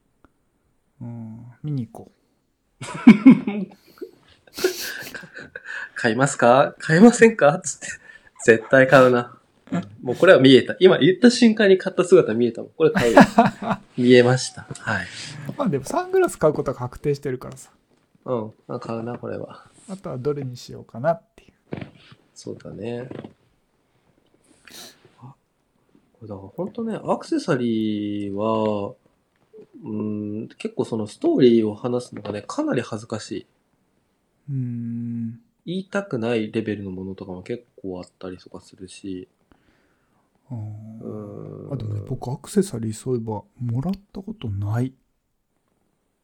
A: うん見に行こ
B: 買いますか買いませんかつって。 *laughs* 絶対買うな。もうこれは見えた。今言った瞬間に買った姿見えたもん。これ買う *laughs* よ。見えました。はい。
A: うまあでもサングラス買うことは確定してるからさ
B: うん。あ買うな、これは。
A: あとはどれにしようかなっていう
B: そうだね。あこれだから本当ね、アクセサリーは、うん、結構そのストーリーを話すのがね、かなり恥ずかしい。
A: うん
B: 言いたくないレベルのものとかも結構あったりとかするし。
A: あ
B: う
A: ー
B: ん。
A: あでもね僕アクセサリーそういえばもらったことない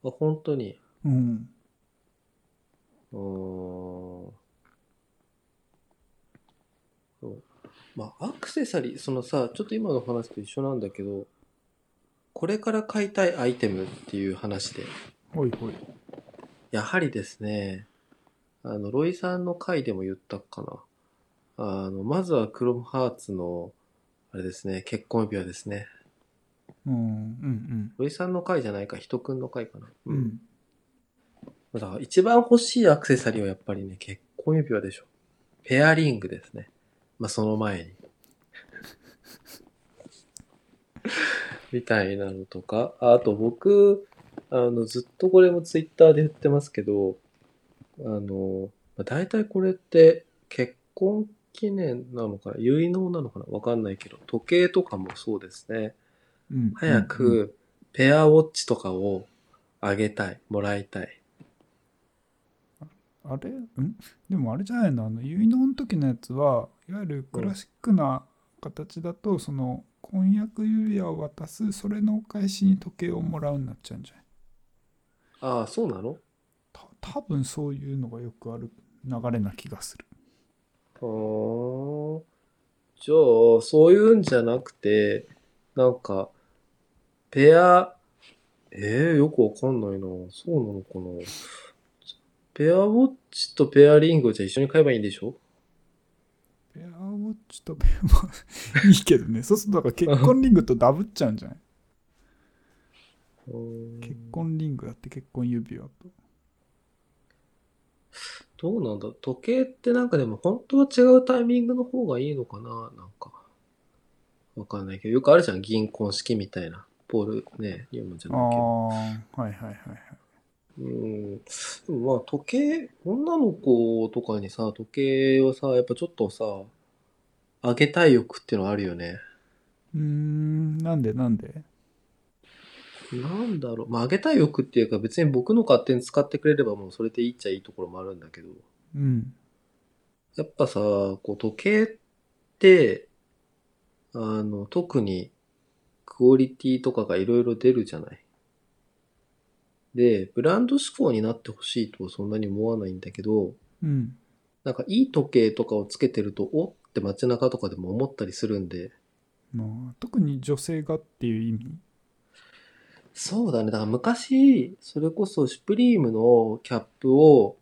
B: あ本当に。
A: うん
B: うーんそうまあ、アクセサリー、そのさ、ちょっと今の話と一緒なんだけど、これから買いたいアイテムっていう話で、
A: ほいほい
B: やはりですね、あの、ロイさんの回でも言ったかな。あの、まずはクロムハーツの、あれですね、結婚指輪ですね。
A: うんうん
B: ロイさんの回じゃないか、ひとくんの回かな。
A: うんうん
B: だから一番欲しいアクセサリーはやっぱりね、結婚指輪でしょ。ペアリングですね。まあ、その前に。 *laughs* みたいなのとか。ああと僕、あの、ずっとこれもツイッターで言ってますけど、あの、まあ、大体これって結婚記念なのかな結納なのかなわかんないけど、時計とかもそうですね。
A: うん
B: 早くペアウォッチとかをあげたい、もらいたい。
A: あれんでもあれじゃないのあの結納の時のやつはいわゆるクラシックな形だと、その婚約指輪を渡すそれのお返しに時計をもらうになっちゃうんじゃない
B: ああ、そうなの
A: た多分そういうのがよくある流れな気がする
B: はあ。じゃあ、そういうんじゃなくて、なんか、ペア、ええよくわかんないな。そうなのかな。ペアウォッチとペアリングをじゃあ一緒に買えばいいんでしょ
A: ペアウォッチとペアウォッチ *laughs* いいけどねそうするとだから結婚リングとダブっちゃうんじゃない結婚リングだって結婚指輪と
B: どうなんだ時計ってなんかでも本当は違うタイミングの方がいいのかななんか。わかんないけど、よくあるじゃん。銀婚式みたいな。ポールね、読むんじゃ
A: あ
B: ないけど。
A: あはいはいはいはい
B: うん。でもまあ時計、女の子とかにさ、時計をさ、やっぱちょっとさ、あげたい欲っていうのはあるよね。
A: うーんなんでなんで
B: なんだろう。まああげたい欲っていうか別に僕の勝手に使ってくれればもうそれでいいっちゃいいところもあるんだけど。
A: うん
B: やっぱさ、こう時計って、あの、特にクオリティとかがいろいろ出るじゃない。で、ブランド志向になってほしいとはそんなに思わないんだけど、
A: うん
B: なんかいい時計とかをつけてると、おって街中とかでも思ったりするんで。
A: まあ特に女性がっていう意味
B: そうだね。だから昔、それこそシュプリームのキャップを、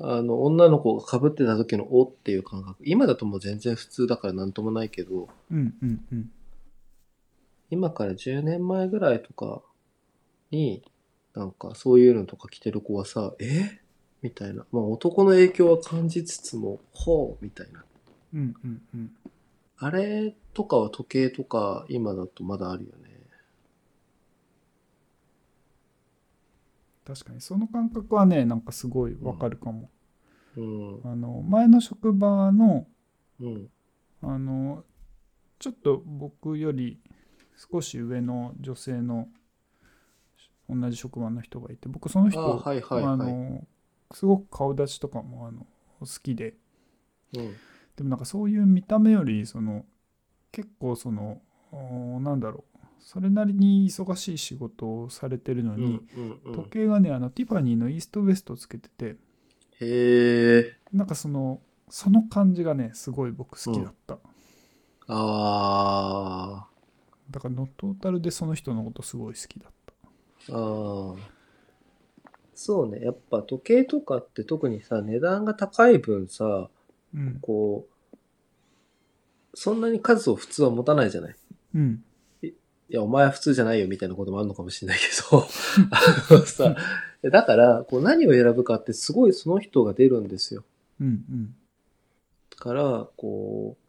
B: あの、女の子が被ってた時のおっていう感覚。今だともう全然普通だからなんともないけど、
A: うんうんうん
B: 今から10年前ぐらいとかに、なんかそういうのとか着てる子はさ、えみたいな。まあ男の影響は感じつつも、ほうみたいな。
A: うんうんうん
B: あれとかは時計とか今だとまだあるよね。
A: 確かにその感覚はねなんかすごいわかるかも、
B: うん。
A: あの前の職場の
B: うん。
A: あのちょっと僕より少し上の女性の同じ職場の人がいて僕その
B: あ
A: 人
B: あ、はいはい
A: あ
B: はい。
A: のすごく顔立ちとかもあの好きで
B: うん。
A: でもなんかそういう見た目よりその結構そのおーなんだろうそれなりに忙しい仕事をされてるの
B: うん
A: に、
B: うんう
A: 時
B: ん。
A: 計がねあのティファニーのイーストウエストつけてて
B: へえ。
A: なんかそのその感じがねすごい僕好きだった、
B: あ
A: だからノットータルでその人のことすごい好きだった
B: ーあー。そうね。やっぱ時計とかって特にさ、値段が高い分さ、
A: うん
B: こう、そんなに数を普通は持たないじゃない。
A: うん
B: いや、お前は普通じゃないよみたいなこともあるのかもしれないけ *laughs* ど、あのさ、だから、こう何を選ぶかってすごいその人が出るんですよ。
A: うんうん
B: だから、こう、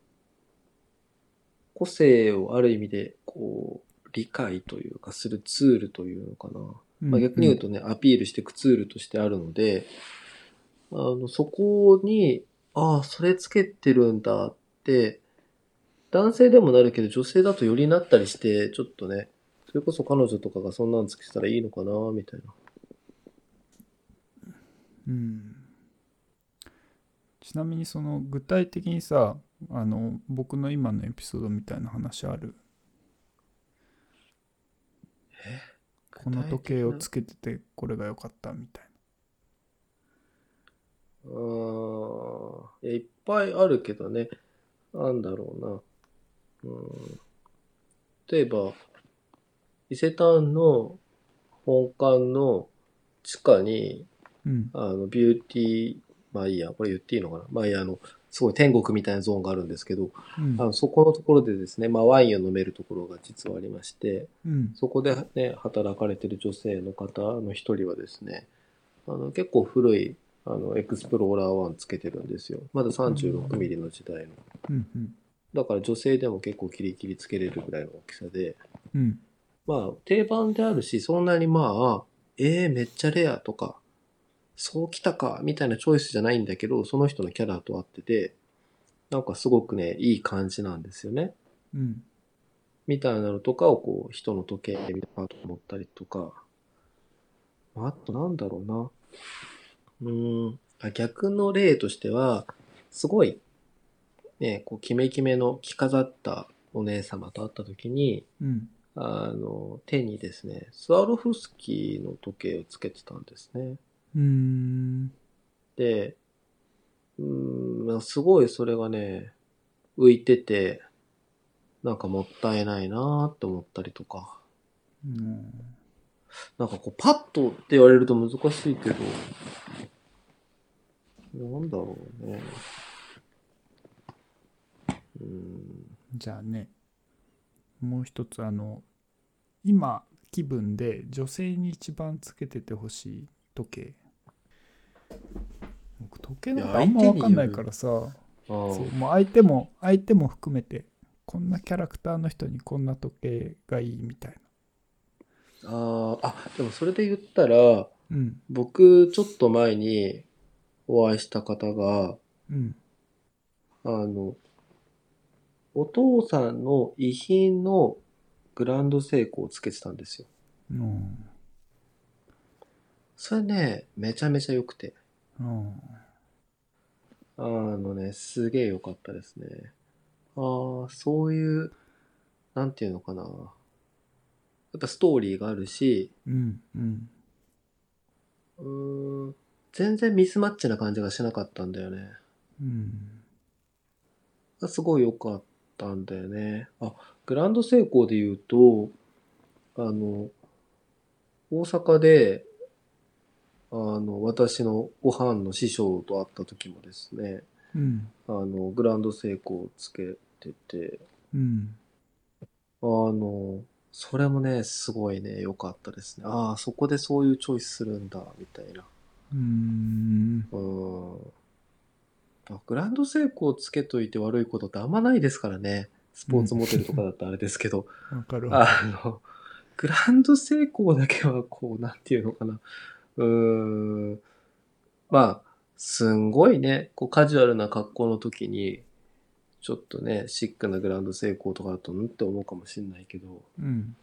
B: 個性をある意味で、こう、理解というか、するツールというのかな。
A: うん
B: まあ、逆に言うとね、アピールしていくツールとしてあるので、あの、そこに、ああ、それつけてるんだって、男性でもなるけど、女性だとよりなったりして、ちょっとね、それこそ彼女とかがそんなんつけてたらいいのかな、みたいな。
A: うんちなみにその具体的にさあの僕の今のエピソードみたいな話あるこの時計をつけててこれが良かったみたいな
B: うーんいや、いっぱいあるけどね。なんだろうな。うん。例えば、伊勢丹の本館の地下に、
A: うん
B: あの、ビューティー、まあいいや、これ言っていいのかな。まあいいや、あの、すごい天国みたいなゾーンがあるんですけど、
A: うん
B: あのそこのところでですね、まあワインを飲めるところが実はありまして、
A: うん
B: そこでね、働かれてる女性の方の一人はですね、あの結構古いあのエクスプローラー1つけてるんですよ。まだ36ミリの時代の。
A: うんうん
B: だから女性でも結構キリキリつけれるぐらいの大きさで、
A: うん
B: まあ定番であるし、そんなにまあ、えー、めっちゃレアとか、そうきたかみたいなチョイスじゃないんだけど、その人のキャラと合ってて、なんかすごくね、いい感じなんですよね。
A: うん
B: みたいなのとかをこう、人の時計みたいなのと思ったりとか、あとなんだろうな。うーん、あ逆の例としては、すごい、ね、こう、キメキメの着飾ったお姉様と会った時に、
A: うん
B: あの、手にですね、スワロフスキーの時計をつけてたんですね。
A: うーん
B: で、うーん、すごいそれがね、浮いてて、なんかもったいないなーって思ったりとか。
A: うん
B: なんかこう、パッとって言われると難しいけど、なんだろうね。うーん。
A: じゃあねもう一つあの今気分で女性に一番つけててほしい時計僕時計なんかあんま分かんないからさ
B: あ
A: そうもう相手も相手も含めてこんなキャラクターの人にこんな時計がいいみたい
B: あー、あ、でもそれで言ったら、
A: なうん
B: 僕、ちょっと前にお会いした方が、
A: うん
B: あの、お父さんの遺品のグランドセイコーをつけてたんですよ。
A: うん
B: それね、めちゃめちゃ良くて。
A: うん
B: あのね、すげえ良かったですね。ああ、そういう、なんていうのかな。やっぱストーリーがあるし、
A: うんうん
B: うーん、全然ミスマッチな感じがしなかったんだよね。
A: うん
B: すごい良かったんだよね。あ、グランドセイコーで言うと、あの、大阪で、あの、私のご飯の師匠と会った時もですね、
A: うん
B: あの、グランドセイコーをつけてて、
A: うん
B: あの、それもね、すごいね、良かったですね。ああ、そこでそういうチョイスするんだ、みたいな。
A: うん
B: うーん。あグランドセイコーつけといて悪いことってあんまないですからね。スポーツモデルとかだったらあれですけど。
A: わかるわ
B: あの、グランド成功だけはこう、なんていうのかな。うーん。まあ、すんごいね、こうカジュアルな格好の時に、ちょっとね、シックなグランド成功とかだと、んって思うかもしれないけど、
A: うん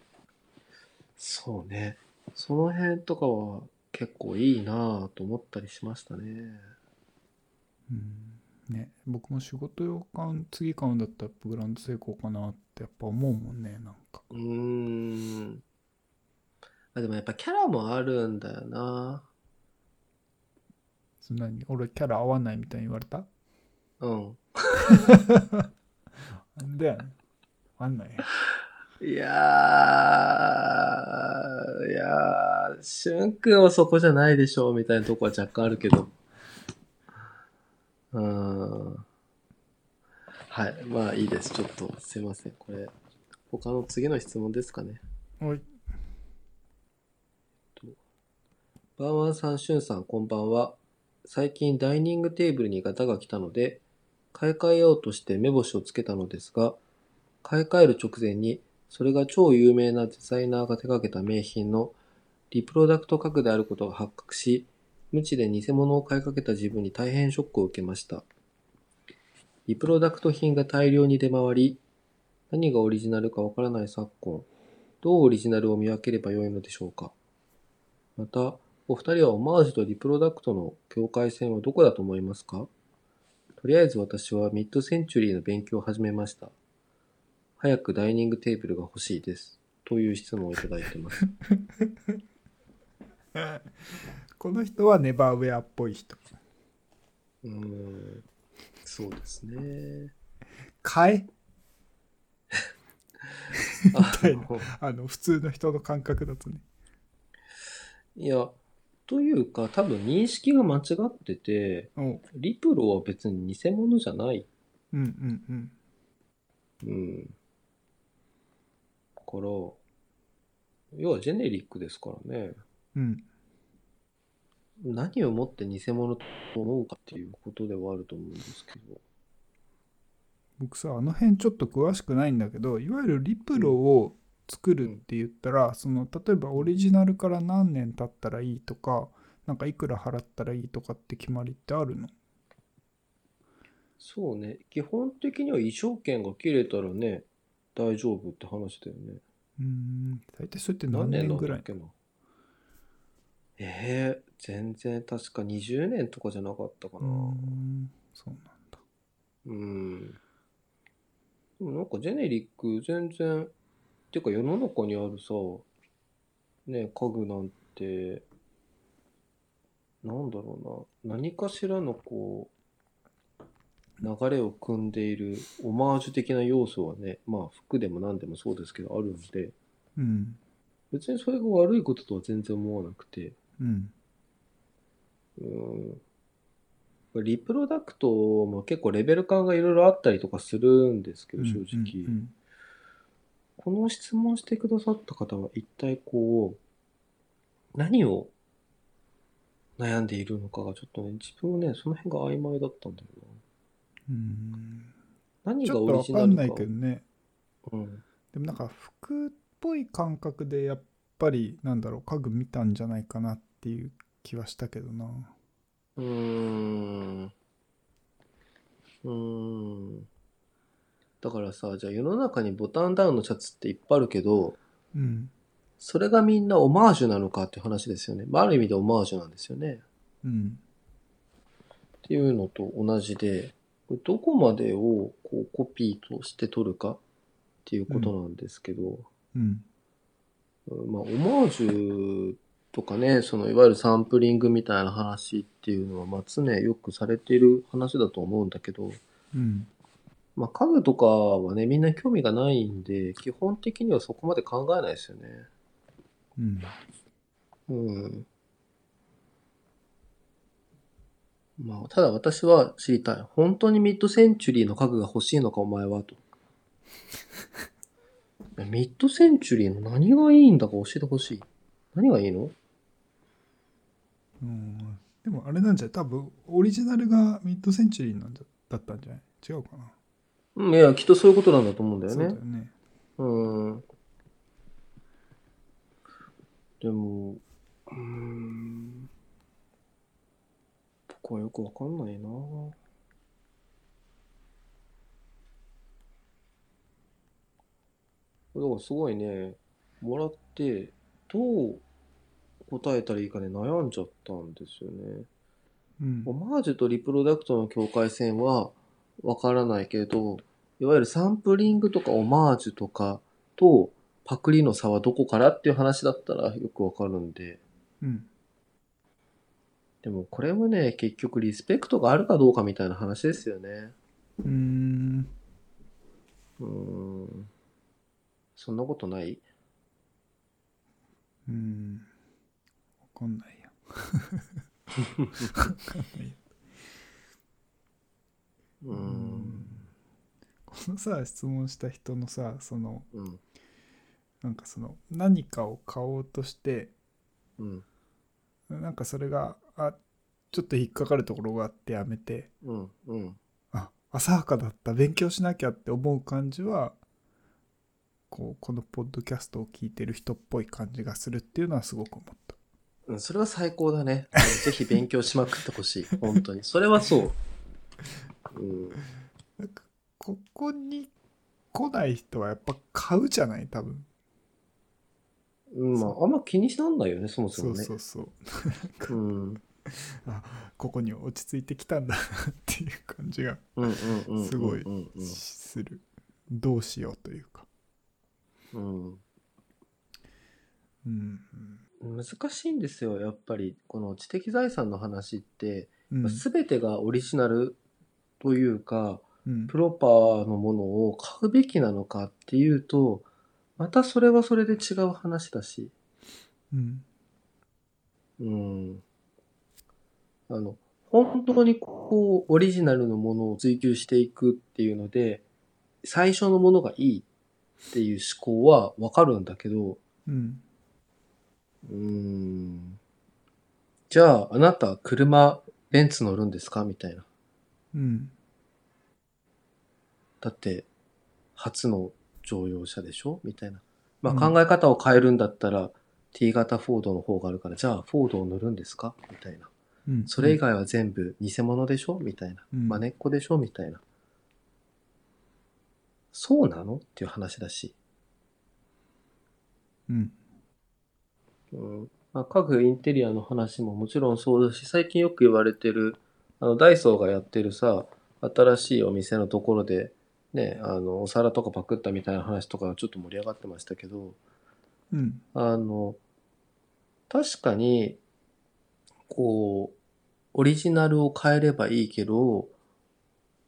B: そうね。その辺とかは結構いいなぁと思ったりしましたね。
A: うんね、僕も仕事用缶次買うんだったらブランド成功かなってやっぱ思うもんねなんか
B: うーん。あでもやっぱキャラもあるんだよな
A: そんなに俺キャラ合わないみたいに言われた
B: うん。
A: なんだよね。あんない。
B: いやー、いやー、しゅんくんはそこじゃないでしょうみたいなとこは若干あるけど。うーん。はい、まあいいです。ちょっと、すいません。これ、他の次の質問ですかね。
A: おい。
B: バーワンさん、しゅんさん、こんばんは。最近ダイニングテーブルにガタが来たので、買い替えようとして目星をつけたのですが、買い替える直前に、それが超有名なデザイナーが手掛けた名品のリプロダクト価格であることが発覚し、無知で偽物を買いかけた自分に大変ショックを受けました。リプロダクト品が大量に出回り、何がオリジナルかわからない昨今、どうオリジナルを見分ければよいのでしょうか。また、お二人はオマージュとリプロダクトの境界線はどこだと思いますかとりあえず私はミッドセンチュリーの勉強を始めました。早くダイニングテーブルが欲しいです。という質問をいただいてます。
A: この人はネバーウェアっぽい人。
B: うーん。そうですね。
A: 買え
B: あ
A: いなあの、普通の人の感覚だとね。
B: いや、というか多分認識が間違ってて、
A: おう。
B: リプロは別に偽物じゃない。
A: うんうんうん。
B: うん。だから、要はジェネリックですからね。
A: うん。
B: 何をもって偽物と思うかっていうことではあると思うんですけど。
A: 僕さ、あの辺ちょっと詳しくないんだけど、いわゆるリプロを作るって言ったら、その、例えばオリジナルから何年経ったらいいとか、なんかいくら払ったらいいとかって決まりってあるの
B: そうね。基本的には衣装券が切れたらね、大丈夫って話だよね。
A: うーん。大体それって何年
B: なん
A: ぐ
B: だ
A: らい
B: っけな。ええ全然確か20年とかじゃなかったか
A: うー
B: な。
A: ん。そうなんだ。
B: うん。でもなんかジェネリック全然、てか世の中にあるさ、ね、家具なんて、なんだろうな、何かしらのこう、流れを組んでいるオマージュ的な要素はね、まあ服でも何でもそうですけどあるんで、
A: うん。
B: 別にそれが悪いこととは全然思わなくて、
A: うん。
B: うん。リプロダクトも結構レベル感がいろいろあったりとかするんですけど、正直。
A: うんうん
B: この質問してくださった方は一体こう、何を悩んでいるのかがちょっとね、自分もね、その辺が曖昧だったんだよ
A: うん
B: な。何
A: ち
B: が
A: ょっ
B: オ
A: と
B: リ
A: わか
B: ジナル
A: ん
B: か。
A: ないけどね
B: うん。
A: でもなんか服っぽい感覚でやっぱりなんだろう家具見たんじゃないかなっていう気はしたけどな
B: うーん。うーん。だからさ、じゃあ世の中にボタンダウンのシャツっていっぱいあるけど、
A: うん
B: それがみんなオマージュなのかっていう話ですよね。まあ、ある意味でオマージュなんですよね。
A: うん
B: っていうのと同じで、これどこまでをこうコピーとして取るかっていうことなんですけど、
A: うん
B: うんまあ、オマージュとかね、そのいわゆるサンプリングみたいな話っていうのは、まあ、常よくされている話だと思うんだけど、
A: うん
B: まあ、家具とかはね、みんな興味がないんで、基本的にはそこまで考えないですよね。
A: うん
B: うん。まあ、ただ私は知りたい。本当にミッドセンチュリーの家具が欲しいのか、お前
A: *laughs*
B: は、と。ミッドセンチュリーの何がいいんだか教えてほしい。何がいいの
A: うんでもあれなんじゃない多分オリジナルがミッドセンチュリーなんじゃだったんじゃない違うかな
B: うん、いや、きっとそういうことなんだと思うんだよ
A: そう
B: ね。
A: だ
B: う
A: よね
B: ん。でも、うーん。僕はよくわかんないなだからすごいね、もらって、どう答えたらいいかね、悩んじゃったんですよね。
A: うん
B: オマージュとリプロダクトの境界線はわからないけれど、いわゆるサンプリングとかオマージュとかとパクリの差はどこからっていう話だったらよくわかるんで、
A: うん
B: でもこれもね、結局リスペクトがあるかどうかみたいな話ですよね。
A: うーん。
B: うーん。そんなことないう
A: ーん。わかんないや。わかんないや。
B: うーん。
A: このさ、質問した人のさ、その、
B: うん。
A: なんかその、何かを買おうとして、
B: うん。
A: なんかそれが、あ、ちょっと引っかかるところがあってやめて、
B: うん。うん。
A: あ、浅はかだった、勉強しなきゃって思う感じは、こう、このポッドキャストを聞いてる人っぽい感じがするっていうのはすごく思った。
B: うんそれは最高だね。あのぜひ勉強しまくってほしい。本当に。それは *laughs* そう。うん。
A: なんか、ここに来ない人はやっぱ買うじゃない多分。
B: うんまあ、あんま気にしなんないよね、そもそ
A: そ
B: も
A: う
B: ね。
A: そうそう。
B: うん。うん
A: ここに落ち着いてきたんだなっていう感じが
B: うんうんうん。
A: すごい
B: うんうん
A: する。どうしようというか。
B: うん。
A: うん。
B: 難しいんですよ、やっぱり。この知的財産の話って、
A: うん。
B: 全てがオリジナルというか、
A: うん
B: プロパーのものを買うべきなのかっていうと、またそれはそれで違う話だし。
A: うん。
B: うん。あの、本当にこう、オリジナルのものを追求していくっていうので、最初のものがいいっていう思考はわかるんだけど、
A: うん。
B: うーん。じゃあ、あなた、車、ベンツ乗るんですかみたいな。
A: うん。
B: だって、初の乗用車でしょみたいな。まあ、
A: うん
B: 考え方を変えるんだったら、T 型フォードの方があるから、じゃあ、フォードを乗るんですかみたいな。
A: うん。
B: それ以外は全部偽物でしょみたいな。
A: うん
B: 真似っこでしょみたいな。そうなのっていう話だし。
A: うん。
B: うんまあ、家具インテリアの話ももちろんそうだし、最近よく言われてる、あの、ダイソーがやってるさ、新しいお店のところで、ね、あの、お皿とかパクったみたいな話とかちょっと盛り上がってましたけど、
A: うん。
B: あの、確かに、こう、オリジナルを変えればいいけど、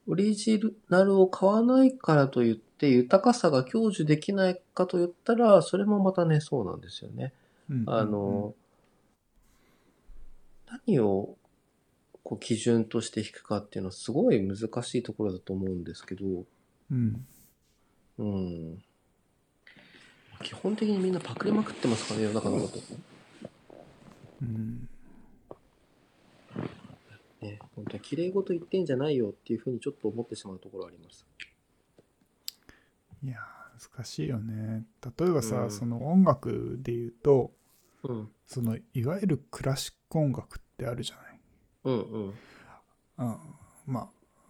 B: オリジナルを買わないからといって豊かさが享受できないかと言ったら、それもまたね、そうなんですよね。
A: うん。
B: あの、何をこう基準として引くかっていうのはすごい難しいところだと思うんですけど、
A: うん。
B: うん。基本的にみんなパクりまくってますからね、世の中のこと。
A: うん。
B: ね、本当に綺麗事言ってんじゃないよっていうふうにちょっと思ってしまうところあります。
A: いやー、難しいよね。例えばさ、
B: うん
A: その音楽で言うと、
B: うん。
A: その、いわゆるクラシック音楽ってあるじゃない。
B: うんうん。
A: うん、まあ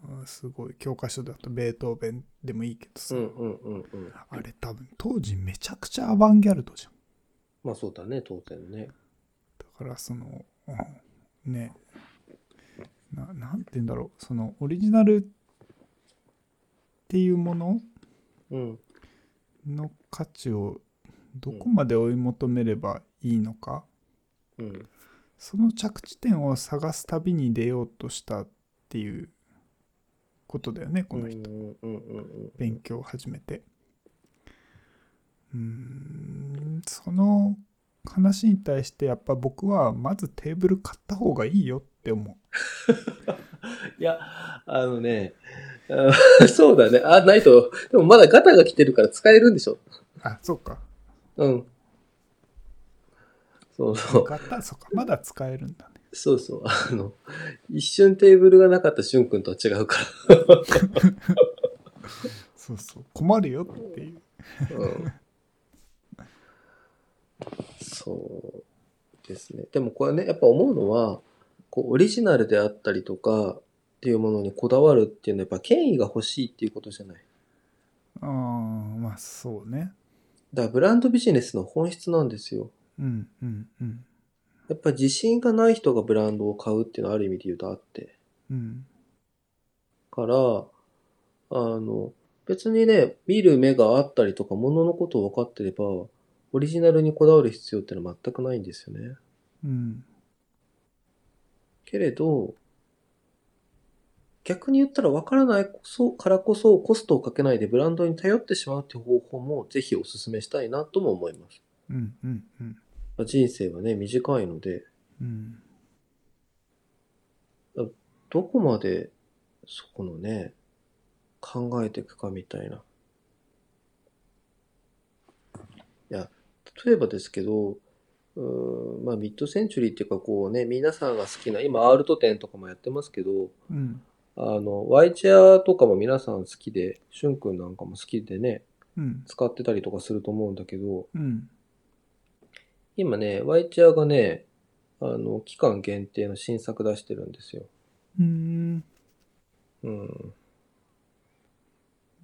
A: うんすごい教科書だとベートーベンでもいいけど
B: う
A: さ、
B: んうんうんうん。
A: あれ多分当時めちゃくちゃアバンギャルドじゃん
B: まあそうだね、当然ね。
A: だからその、うんねななんて言うんだろうそのオリジナルっていうもの
B: うん。
A: の価値をどこまで追い求めればいいのか、
B: うん。
A: その着地点を探す旅に出ようとしたっていうことだよねこの人。
B: うんうんうんうん。
A: 勉強を始めてうーんその話に対してやっぱ僕はまずテーブル買った方がいいよって思
B: いや、あのね、 *laughs* あそうだね。あ、ないと。でもまだガタが来てるから使えるんでしょ。
A: うあそうか
B: うん。そうそう。
A: 買ったそうかまだ使えるんだね
B: そうそう。あの、一瞬テーブルがなかったしゅんくんとは違うか
A: そうそう困るよっていう
B: ら。うん。そうですね。でもこれね、やっぱ思うのは、こう、オリジナルであったりとか、っていうものにこだわるっていうのはやっぱ権威が欲しいっていうことじゃない。
A: ああまあそうね
B: だからブランドビジネスの本質なんですよ。
A: うんうんうん
B: やっぱ自信がない人がブランドを買うっていうのはある意味で言うとあって。
A: うん
B: から、あの、別にね、見る目があったりとか、もののことを分かってれば、オリジナルにこだわる必要ってのは全くないんですよね。
A: うん
B: けれど、逆に言ったら分からないこそからこそコストをかけないでブランドに頼ってしまうっていう方法もぜひお勧めしたいなとも思います。
A: うんうんうん
B: まあ人生はね、短いので、
A: うん
B: どこまでそこのね、考えていくかみたいな。いや、例えばですけど、うーん、まあミッドセンチュリーっていうかこうね、皆さんが好きな、今アルト店とかもやってますけど、
A: うん
B: あの、ワイチェアとかも皆さん好きで、しゅんくんなんかも好きでね、
A: うん
B: 使ってたりとかすると思うんだけど、
A: うん
B: 今ね、ワイチェアがね、あの、期間限定の新作出してるんですよ。
A: うん
B: うん。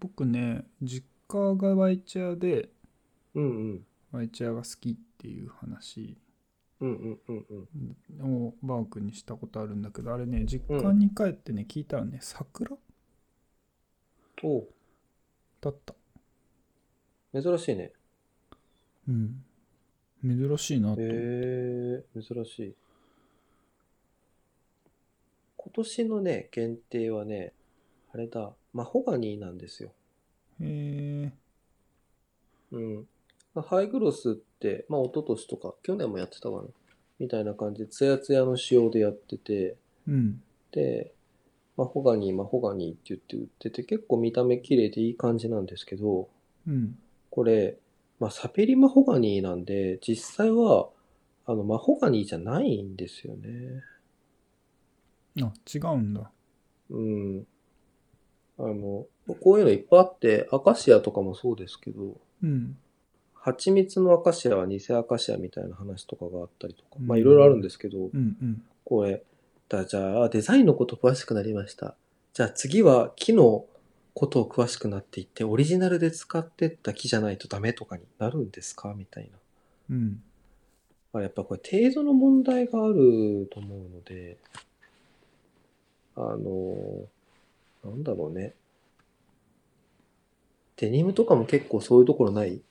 A: 僕ね実家がワイチャーで
B: うんうん。
A: ワイチャーが好きっていう話
B: うんうんうんうん。
A: をバークにしたことあるんだけどあれね実家に帰ってね聞いたらね桜
B: お
A: だった
B: 珍しいね。
A: うん珍しいなと
B: へえ珍しい。今年のね、限定はね、あれだ、マホガニーなんですよ。
A: へえ
B: うん。まあハイグロスって、まあ、一昨年とか、去年もやってたかな。みたいな感じで、ツヤツヤの仕様でやってて、
A: うん
B: で、まあ、ホガニー、まあ、ホガニーって言って売ってて、結構見た目綺麗でいい感じなんですけど、
A: うん
B: これ、まあ、サペリマホガニーなんで、実際は、あの、マホガニーじゃないんですよね。
A: あ違うんだ
B: うん。あの、こういうのいっぱいあって、アカシアとかもそうですけど、
A: うん
B: 蜂蜜のアカシアは偽アカシアみたいな話とかがあったりとか、まあ
A: うん
B: いろいろあるんですけど、
A: うんうん
B: これ、だじゃあデザインのこと詳しくなりました。じゃあ次は木のことを詳しくなっていって、オリジナルで使ってった木じゃないとダメとかになるんですかみたいな。
A: うん
B: まあやっぱこれ程度の問題があると思うので、あの、なんだろうね。デニムとかも結構そういうところない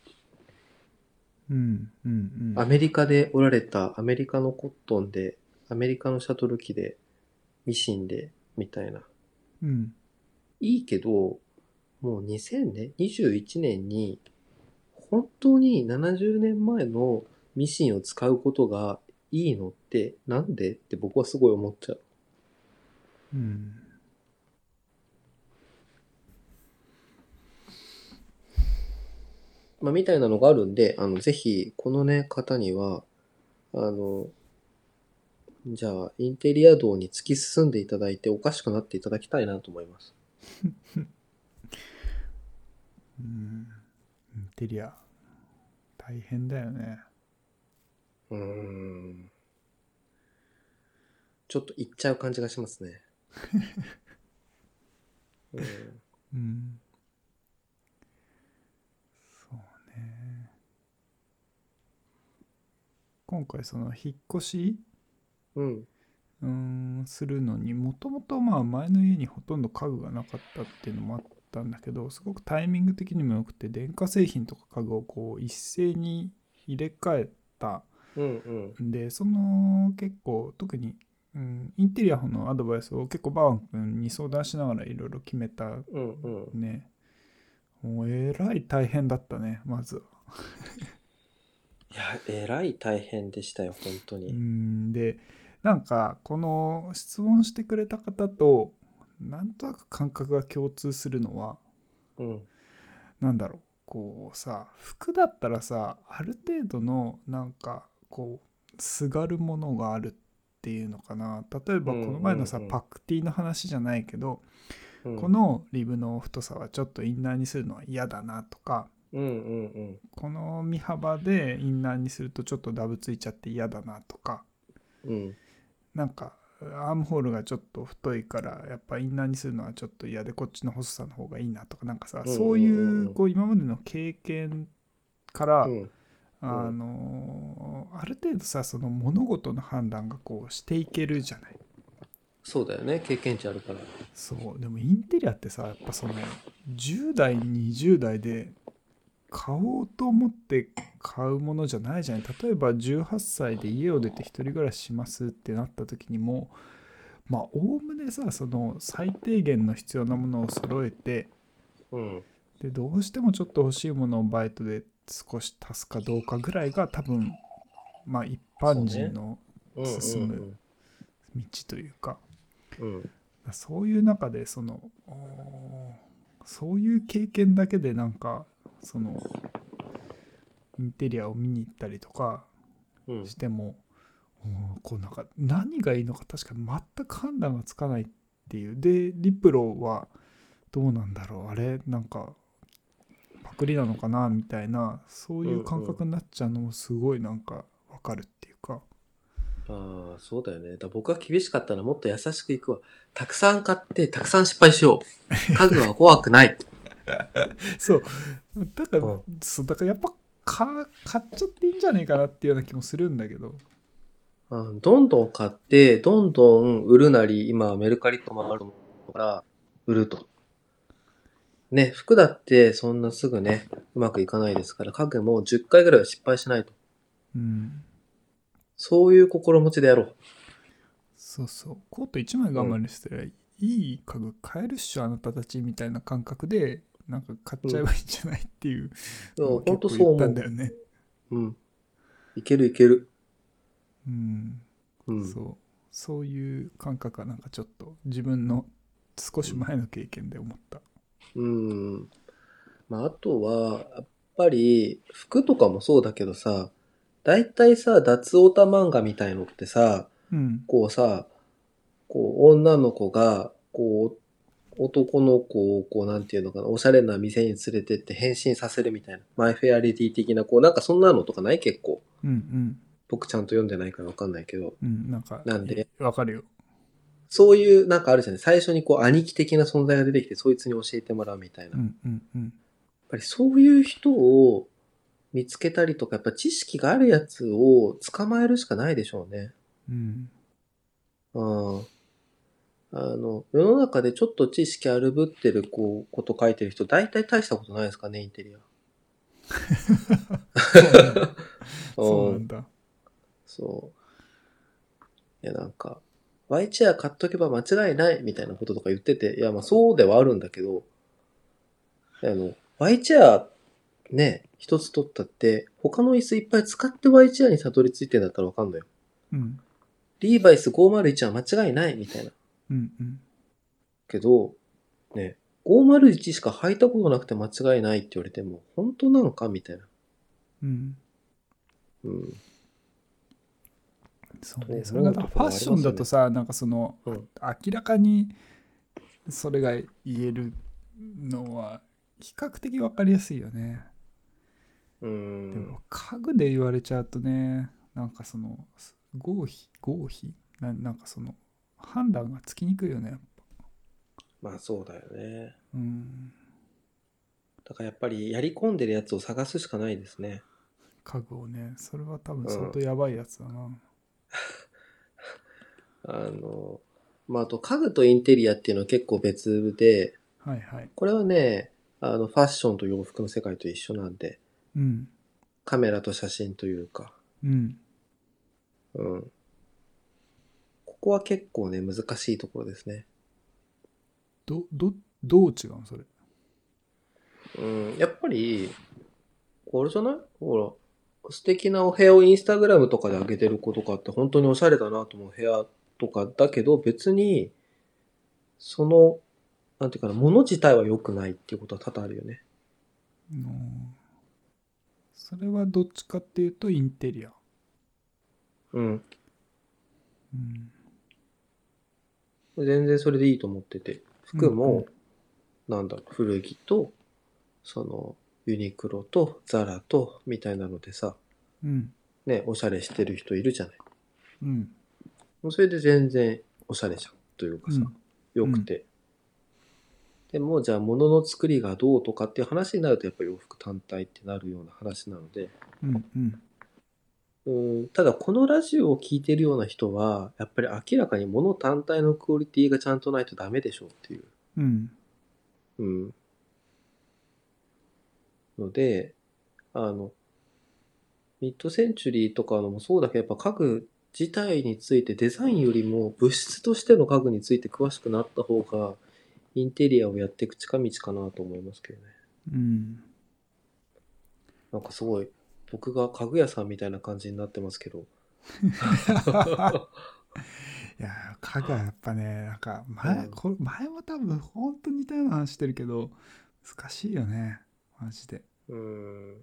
A: うんうんう
B: ア
A: ん
B: メリカで織られたアメリカのコットンで、アメリカのシャトル機で、ミシンで、みたいな。
A: うん
B: いいけど、もう2021年に、本当に70年前のミシンを使うことがいいのって、なんでって僕はすごい思っちゃう。
A: うん
B: まあ、みたいなのがあるんで、あの、ぜひ、このね、方には、あの、じゃあ、インテリア道に突き進んでいただいて、おかしくなっていただきたいなと思います。
A: うんインテリア大変だよね
B: うーんちょっと行っちゃう感じがしますね。 *laughs* うん
A: うんそうね今回その引っ越し
B: うん。
A: うーんするのにもともとまあ前の家にほとんど家具がなかったっていうのもあったんだけどすごくタイミング的にもよくて電化製品とか家具をこう一斉に入れ替えた
B: うんうん。
A: んでその結構特に、うん、インテリアのアドバイスを結構バーン君に相談しながらいろいろ決めた
B: うんうん。
A: ねもうえらい大変だったねまずは。
B: いや、えらい大変でしたよ、本当
A: う
B: に。
A: んでなんかこの質問してくれた方となんとなく感覚が共通するのは
B: うん。
A: なんだろうこうさ服だったらさある程度のなんかこうすがるものがあるっていうのかな例えばこの前のさ、
B: うんうんうん
A: パクティの話じゃないけど、
B: うん
A: このリブの太さはちょっとインナーにするのは嫌だなとか
B: うんうんうん。
A: この身幅でインナーにするとちょっとダブついちゃって嫌だなとか
B: うん。
A: なんかアームホールがちょっと太いからやっぱインナーにするのはちょっと嫌でこっちの細さの方がいいなとかなんかさ
B: うんうんうん
A: そういうこう今までの経験から、
B: うん。
A: あのーある程度さその物事の判断がこうしていけるじゃない。
B: そうだよね、経験値あるから。
A: そうでもインテリアってさやっぱその10代20代で買おうと思って買うものじゃないじゃん例えば18歳で家を出て一人暮らししますってなった時にもうまあおおむねさその最低限の必要なものを揃えて
B: うん。
A: でどうしてもちょっと欲しいものをバイトで少し足すかどうかぐらいが多分まあ一般人の
B: うんうん
A: 進む道というか
B: うん。うん。
A: そういう中でそのおーそういう経験だけでなんかそのインテリアを見に行ったりとか
B: うん
A: しても、うんこうなんか何がいいのか確か全く判断がつかないっていうでリプロはどうなんだろうあれなんかパクリなのかなみたいなそういう感覚になっちゃうのもすごいなんかわかるっていうか、
B: ああ、そうだよね。だから僕が厳しかったらもっと優しくいくわ。たくさん買って、たくさん失敗しよう。家具は怖くない。
A: そうだから、
B: うん
A: そうだからやっぱか買っちゃっていいんじゃねえかなっていうような気もするんだけど
B: うん、どんどん買って、どんどん売るなり、今はメルカリとかもあるから、売ると。ね、服だってそんなすぐね、うまくいかないですから、家具も10回ぐらいは失敗しないと。
A: うん
B: そういう心持ちでやろう。
A: そうそうコート1枚我慢してりゃいい家具買えるっしょあなたたちみたいな感覚でなんか買っちゃえばいいんじゃないっていう
B: そ
A: のを
B: う、本当
A: 結構
B: そう
A: 言っ
B: 思
A: たんだ
B: う。
A: よね
B: うん。いけるいける。
A: うん、
B: うん。
A: そうそういう感覚はなんかちょっと自分の少し前の経験で思った
B: うん。まあ、あとは、やっぱり、服とかもそうだけどさ、大体さ、脱オタ漫画みたいのってさ、
A: うん
B: こうさ、こう、女の子が、こう、男の子を、こう、なんていうのかな、おしゃれな店に連れてって変身させるみたいな、マイフェアレディ的な、こう、なんかそんなのとかない結構。
A: うんうん
B: 僕ちゃんと読んでないからわかんないけど。
A: うんなんか
B: なんで
A: わかるよ
B: そういう、なんかあるじゃない最初にこう、兄貴的な存在が出てきて、そいつに教えてもらうみたいな。
A: う
B: やっ
A: んうんうん
B: ぱりそういう人を見つけたりとか、やっぱ知識があるやつを捕まえるしかないでしょうね。
A: うん
B: うんあの、世の中でちょっと知識あるぶってるこうこと書いてる人、大体大したことないですかね、インテリア。
A: そうな
B: *laughs* うん
A: んだ
B: そう。いや、なんか、ワイチェア買っとけば間違いないみたいなこととか言ってて、いや、まあそうではあるんだけど、あの、ワイチェアね、一つ取ったって、他の椅子いっぱい使ってワイチェアにたどり着いてんだったらわかんないよ。
A: うん
B: リーバイス501は間違いないみたいな。
A: うんうん
B: けど、ね、501しか履いたことなくて間違いないって言われても、本当なのかみたいな。
A: うん
B: うん。
A: そう
B: ね
A: ねそれが
B: そ
A: フ
B: ういうとこ
A: ァッションだとさなんかその
B: うん。
A: 明らかにそれが言えるのは比較的分かりやすいよね、
B: う
A: で
B: ん。
A: も家具で言われちゃうとねなんかその合否合否ななんかその判断がつきにくいよね
B: まあそうだよね。
A: うん
B: だからやっぱりやり込んでるやつを探すしかないですね。
A: 家具をねそれは多分相当やばいやつだな
B: あの、まああと家具とインテリアっていうのは結構別で、
A: はいはい
B: これはね、あのファッションと洋服の世界と一緒なんで、
A: うん
B: カメラと写真というか、
A: うん
B: うん。ここは結構ね、難しいところですね。
A: どどどう違うのそれ
B: うん、やっぱり、これじゃないほら、素敵なお部屋をインスタグラムとかで上げてる子とかって本当におしゃれだなと思う部屋とかだけど別に、その、なんていうかな、物自体は良くないっていうことは多々あるよね。
A: うんそれはどっちかっていうとインテリア
B: うん。
A: うん
B: 全然それでいいと思ってて。服も
A: う、
B: なんだろう、古着と、その、ユニクロと、ザラと、みたいなのでさ、
A: うん
B: ね、おしゃれしてる人いるじゃない。
A: うん
B: もうそれで全然おしゃれじゃん、というか
A: う
B: さ。
A: ん
B: 良くて。でも、じゃあ、物の作りがどうとかっていう話になると、やっぱり洋服単体ってなるような話なので、
A: うんうん
B: うんただ、このラジオを聞いてるような人は、やっぱり明らかに物単体のクオリティがちゃんとないとダメでしょうっていう。
A: うん
B: うん。ので、あの、ミッドセンチュリーとかのもそうだけど、やっぱ家具自体についてデザインよりも物質としての家具について詳しくなった方がインテリアをやっていく近道かなと思いますけどね。
A: うん。
B: なんかすごい僕が家具屋さんみたいな感じになってますけど。
A: いやー家具はやっぱねなんか前,、
B: うん
A: これ前も多分ほんと似たような話してるけど難しいよねマジで
B: うん。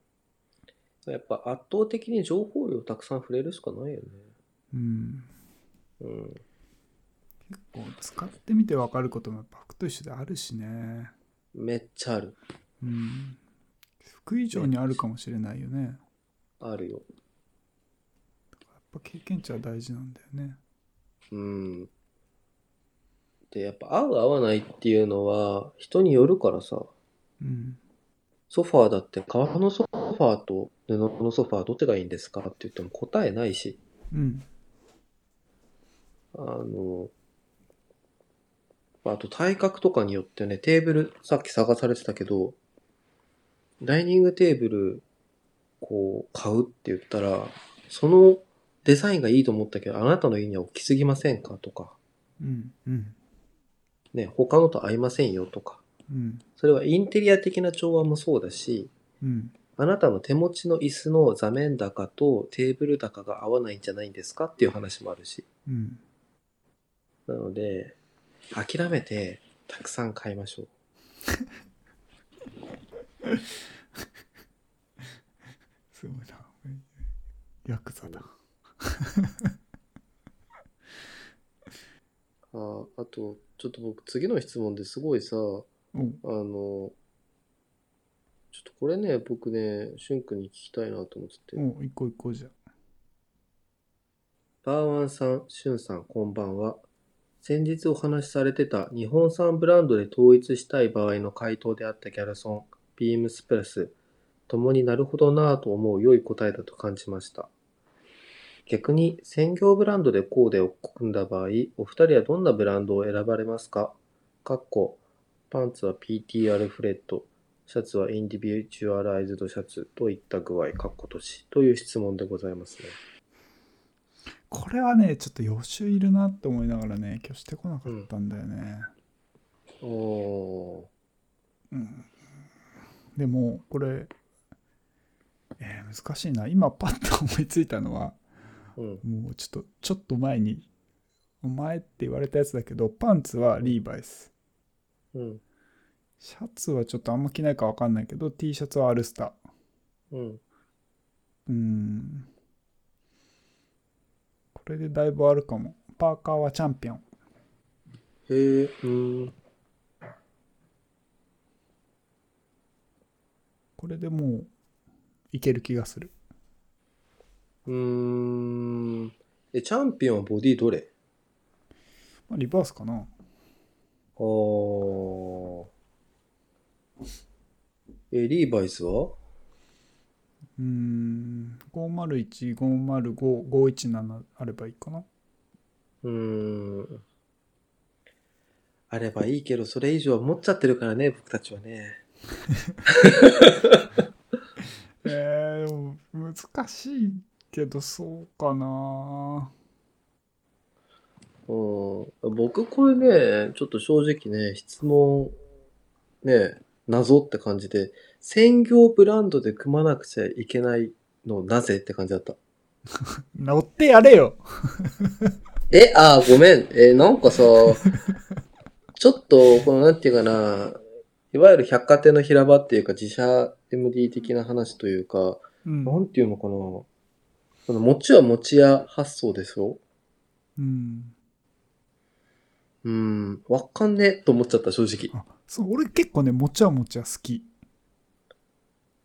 B: やっぱ圧倒的に情報量たくさん触れるしかないよね。
A: うん
B: うん。
A: 結構使ってみて分かることもやっぱ服と一緒であるしね
B: めっちゃある。
A: うん服以上にあるかもしれないよねやっ
B: あるよ。
A: ぱ経験値は大事なんだよね
B: うん。で、やっぱ合う合わないっていうのは人によるからさ。
A: うん
B: ソファーだって革のソファーと布のソファーどっちがいいんですかって言っても答えないし、
A: うん
B: あの、あと体格とかによってね、テーブル、さっき探されてたけど、ダイニングテーブル、こう、買うって言ったら、そのデザインがいいと思ったけど、あなたの家には大きすぎませんかとか、
A: うんうん
B: ね、他のと合いませんよとか、
A: うん
B: それはインテリア的な調和もそうだし、
A: うん
B: あなたの手持ちの椅子の座面高とテーブル高が合わないんじゃないんですかっていう話もあるし。
A: うん
B: なので、諦めてたくさん買いましょう。
A: すごいなヤクザだ
B: ああと、ちょっと僕次の質問ですごいさ、あの、
A: おう
B: ちょっとこれね、僕ね、しゅんくんに聞きたいなと思ってて。
A: おう一個一個じゃ
B: バーワンさん、しゅんさん、こんばんは。先日お話しされてた日本産ブランドで統一したい場合の回答であったギャルソン、ビームスプラス、ともになるほどなぁと思う良い答えだと感じました。逆に専業ブランドでコーデを組んだ場合、お二人はどんなブランドを選ばれますかかっこパンツは PTR フレット、シャツはインディビジュアライズドシャツといった具合、かっことし、という質問でございますね。
A: これはねちょっと予習いるなって思いながらね今日してこなかったんだよね、
B: お
A: う
B: ー。
A: ん、でもこれ、えー難しいな今パッと思いついたのは
B: うん。
A: もうちょっとちょっと前に「お前」って言われたやつだけどパンツはリーバイス
B: うん。
A: シャツはちょっとあんま着ないか分かんないけど T シャツはアルスター
B: うん。
A: うんこれでだいぶあるかもパーカーはチャンピオン
B: へえ。うん。
A: これでもういける気がする
B: うーん。え、チャンピオンはボディどれ
A: まあリバースかな
B: あー。え、リーバイスは
A: うーん501505517517あればいいかな
B: うーん。あればいいけど、それ以上は持っちゃってるからね、僕たちはね。
A: えー、でも難しいけどそうかな
B: うん。僕これね、ちょっと正直ね、質問、ね、謎って感じで、専業ブランドで組まなくちゃいけないのなぜって感じだった。
A: 乗ってやれよ
B: え、あー、ごめん。えーなんかさ、ちょっと、この、なんていうかな、いわゆる百貨店の平場っていうか、自社 MD 的な話というか、
A: うん
B: なんていうのかな、その、餅は餅屋発想ですよ。
A: うん
B: うーん、わかんねえと思っちゃった、正直。
A: あそう俺結構ねもちゃもちゃ好き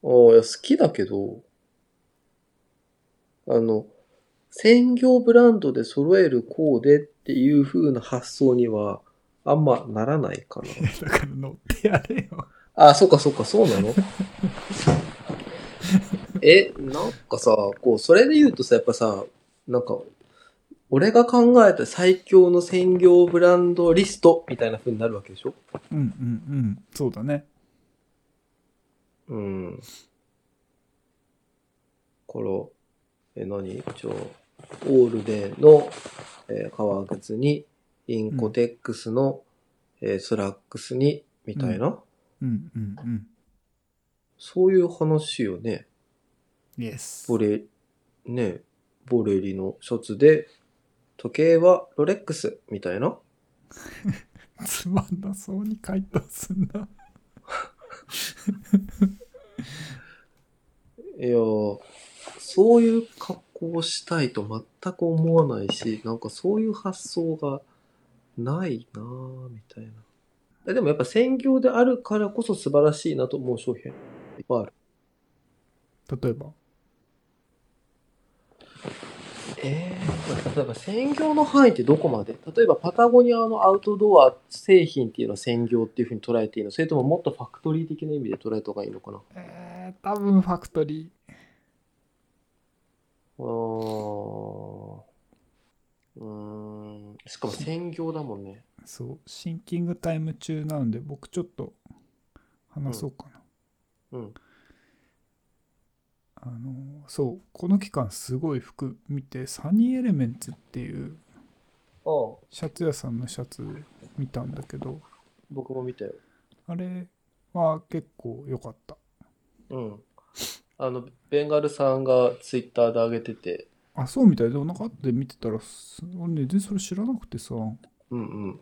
B: ああ、いや、好きだけど、あの、専業ブランドで揃えるコーデっていう風な発想には、あんまならないかな。
A: いやだから乗ってやれよ
B: あ、そっかそっか、そうなの *laughs* え、なんかさ、こう、それで言うとさ、やっぱさ、なんか、俺が考えた最強の専業ブランドリストみたいな風になるわけでしょ
A: うんうんうんそうだね
B: うん。から、え、何じゃあ、オールデーの、えー革靴に、インコテックスの、えースラックスに、みたいな、
A: うんうんうん。
B: そういう話よね。
A: イエス。
B: ボレ、ね、ボレリのシャツで、時計はロレックス、みたいな。
A: つまんなそうに回答すんな。
B: いやーそういう格好をしたいと全く思わないし、なんかそういう発想がないなーみたいな。えでもやっぱ専業であるからこそ素晴らしいなと思う商品いっぱいある。
A: 例えば。
B: えー、例えば専業の範囲ってどこまで例えばパタゴニアのアウトドア製品っていうのは専業っていうふうに捉えていいのそれとももっとファクトリー的な意味で捉えた方がいいのかな
A: えー、多分ファクトリ
B: うーん。うーん。しかも専業だもんね。
A: ー。そう、シンキングタイム中なので、僕ちょっと話そうかな。
B: うん。
A: あのそうこの期間すごい服見てサニーエレメンツっていう
B: ああ、
A: シャツ屋さんのシャツ見たんだけど
B: 僕も見たよ。
A: あれは結構良かった
B: うん。あの、ベンガルさんがツイッターで上げてて、
A: あそうみたいでもなんか後で見てたらす俺ね全然それ知らなくてさ
B: うんうん。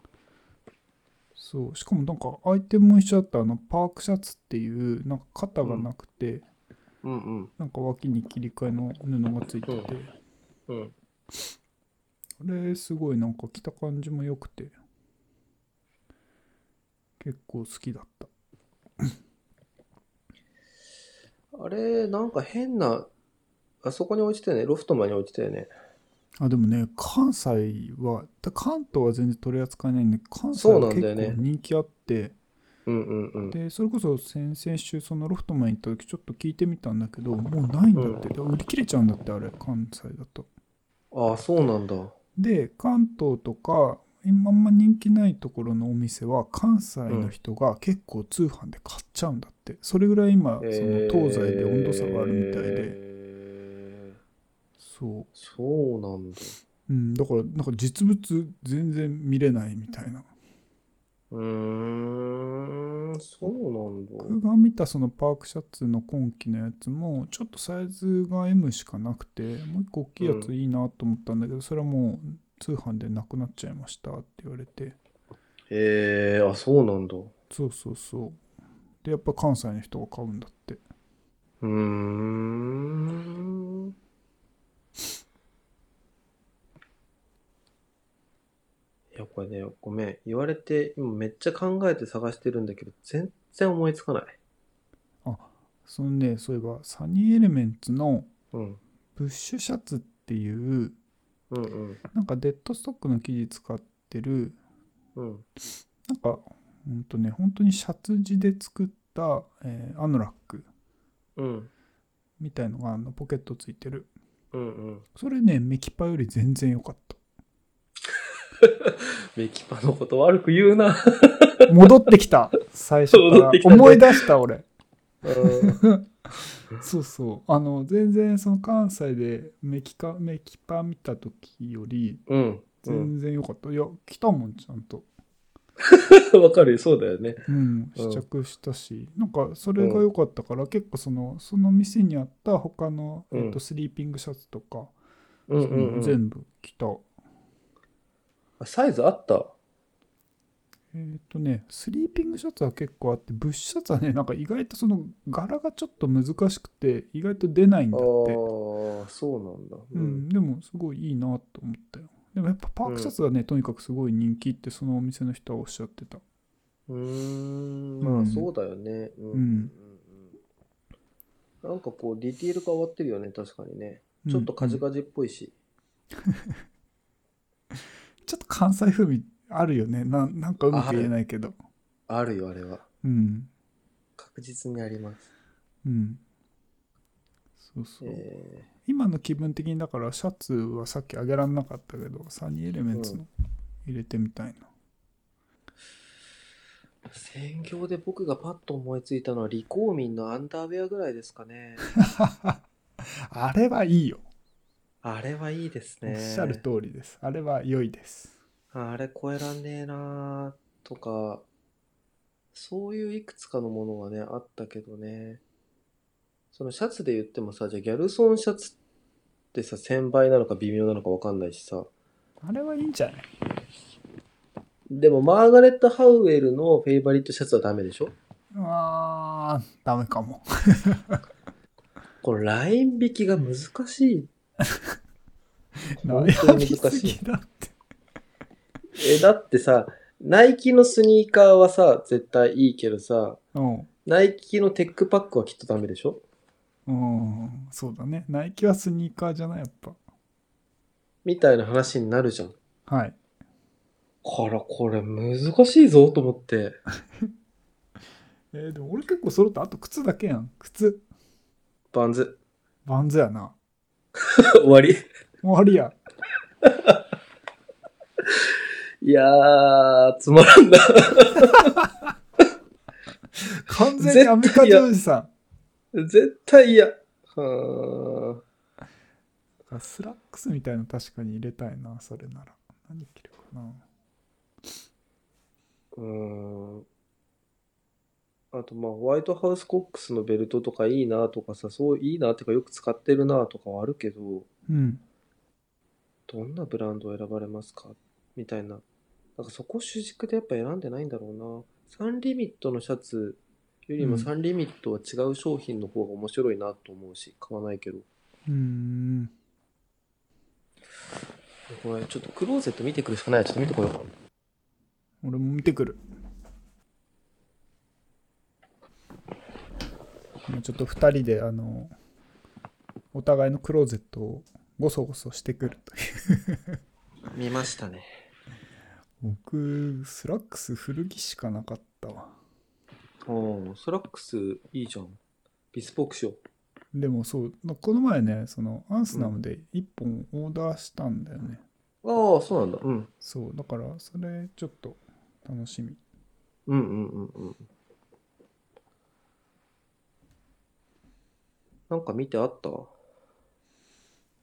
A: そうしかもなんかアイテムも一緒だったあのパークシャツっていうなんか肩がなくて、
B: うんうん。
A: なんか脇に切り替えの布がついてて、
B: うんうん。
A: あれすごいなんか着た感じも良くて結構好きだった
B: あれ、なんか変な、あそこに置いてたよね。ロフトマンに置いてたよね。
A: あでもね関西はだ関東は全然取り扱いないんで関西
B: そう
A: は
B: なん
A: 結
B: だよね
A: 構人気あって、
B: うんうんうん。
A: でそれこそ先々週そのロフトマン行った時ちょっと聞いてみたんだけどもうないんだって、で売り切れちゃうんだってあれ関西だと
B: ああ、そうなんだ。
A: で関東とか今あんま人気ないところのお店は関西の人が結構通販で買っちゃうんだって、それぐらい今その東西で温度差があるみたいで、
B: えー
A: そう
B: そうなんだ。
A: うん、だからなんか実物全然見れないみたいな
B: うーん、そうなん
A: 僕
B: だ。
A: が見たそのパークシャツの今季のやつもちょっとサイズが M しかなくてもう一個大きいやついいなと思ったんだけど、それはもう通販でなくなっちゃいましたって言われて
B: えー、あ、そうなんだ。う
A: そうそうそうでやっぱ関西の人が買うんだって
B: ーん。いや、これね、ごめん。言われて、今めっちゃ考えて探してるんだけど、全然思いつかない。
A: そのねそういえばサニーエレメンツの
B: うん。
A: ブッシュシャツっていう
B: うんうん。
A: なんかデッドストックの生地使ってる
B: うん。
A: なんかほんとね本当にシャツ地で作った、えーアノラック
B: うん。
A: みたいのがあのポケットついてる
B: うんうん。
A: それね、メキパより全然良かった。
B: メキパのこと悪く言うな。
A: 戻ってき
B: *laughs*
A: た最初か
B: 戻っ
A: ら
B: てき。たね
A: 思い出した俺。
B: うん。
A: そうそう。あの、全然その関西でメキカ、メキパ見た時より
B: うん。うん。
A: 全然良かった。いや、来たもん、ちゃんと。
B: *laughs* わかるよ。そうだよね。
A: うん、
B: うん
A: 試着したし、なんかそれが良かったから、結構その、その店にあった他の、
B: うん
A: えっと、スリーピングシャツとか、
B: うんうん、。
A: そうういうんの全部着た。
B: あサイズあった
A: えーっとね、スリーピングシャツは結構あって、ブッシュシャツはね、なんか意外とその柄がちょっと難しくて、意外と出ないんだ
B: ああ
A: って。
B: ー、そうなんだ。
A: う。ん、でもすごいいいなと思ったよ。でもやっぱパークシャツがね、とにかくすごい人気ってそのお店の人はおっしゃってた。
B: うーん、
A: う
B: まあ
A: ん
B: そうだよね。うん
A: うん
B: うんなんかこう、ディティールが終わってるよね、確かにね。
A: うん
B: ちょっとカジ
A: うん
B: カジっぽいし。
A: ちょっと関西風味あるよね。ななんかうまく言えないけど。
B: あるよ、あれは。
A: うん。
B: 確実にあります。
A: うん。そうそう。
B: え
A: 今の気分的にだからシャツはさっきあげらんなかったけど、サニーエレメンツの入れてみたいな。
B: ー、専業で僕がパッと思いついたのは、リ
A: *laughs*
B: コーミンのアンダーウェアぐらいですかね。
A: あれはいいよ。
B: あれはいいです
A: お
B: ね。
A: っしゃる通りです。あれは良いです。
B: あれ超えらんねえなーとか、そういういくつかのものはね、あったけどね。そのシャツで言ってもさ、じゃあギャルソンシャツってさ、1000倍なのか微妙なのかわかんないしさ。
A: あれはいいんじゃない
B: でもマーガレット・ハウエルのフェイバリットシャツはダメでしょ
A: あー、ダメかも。
B: このライン引きが難しい。本当
A: 悩み
B: に難
A: す
B: しい
A: ぎ。だって。
B: え、だってさ、ナイキのスニーカーはさ、絶対いいけどさ、
A: うん。
B: ナイキのテックパックはきっとダメでしょ
A: うん、そうだね。ナイキはスニーカーじゃない、やっ
B: みたいな話になるじゃん。
A: ぱ。はい。
B: から、これ難しいぞと思って。
A: えーでも俺結構揃った。あと靴だけやん。靴。
B: バンズ。 *laughs*
A: バンズやな。
B: 終わり。
A: 終わりや。
B: いやー、つまらんな。
A: 完全にアメリカ女子さ
B: 絶対嫌。は
A: ん。スラックスみたいなの確かに入れたいな、それなら。何着るかな。
B: ーん。うーん。あと、まあ、ホワイトハウスコックスのベルトとかいいなとかさ、そういいなってかよく使ってるなとかはあるけど、
A: うん。
B: どんなブランドを選ばれますかみたいな。なんかそこ主軸でやっぱ選んでないんだろうな。サンリミットのシャツより
A: う
B: も
A: ん
B: サンリミットは違う商品の方が面白いなと思うし、買わないけど。
A: うーん。
B: これちょっとクローゼット見てくるしかない。ちょっと見てこよう。
A: 俺も見てくる。今ちょっと2人で、あの、お互いのクローゼットをごそごそしてくるという。
B: 見ましたね。
A: 僕、スラックス古着しかなかったわ。
B: おお、スラックスいいじゃん。ビスポークしよう。
A: でもそう、なこの前ね、そのアンスナムで1本オーダーしたんだよね。
B: ああ、そうなんだ。うん。
A: そう、だからそれちょっと楽しみ。
B: うんうんうんうん。なんか見てあった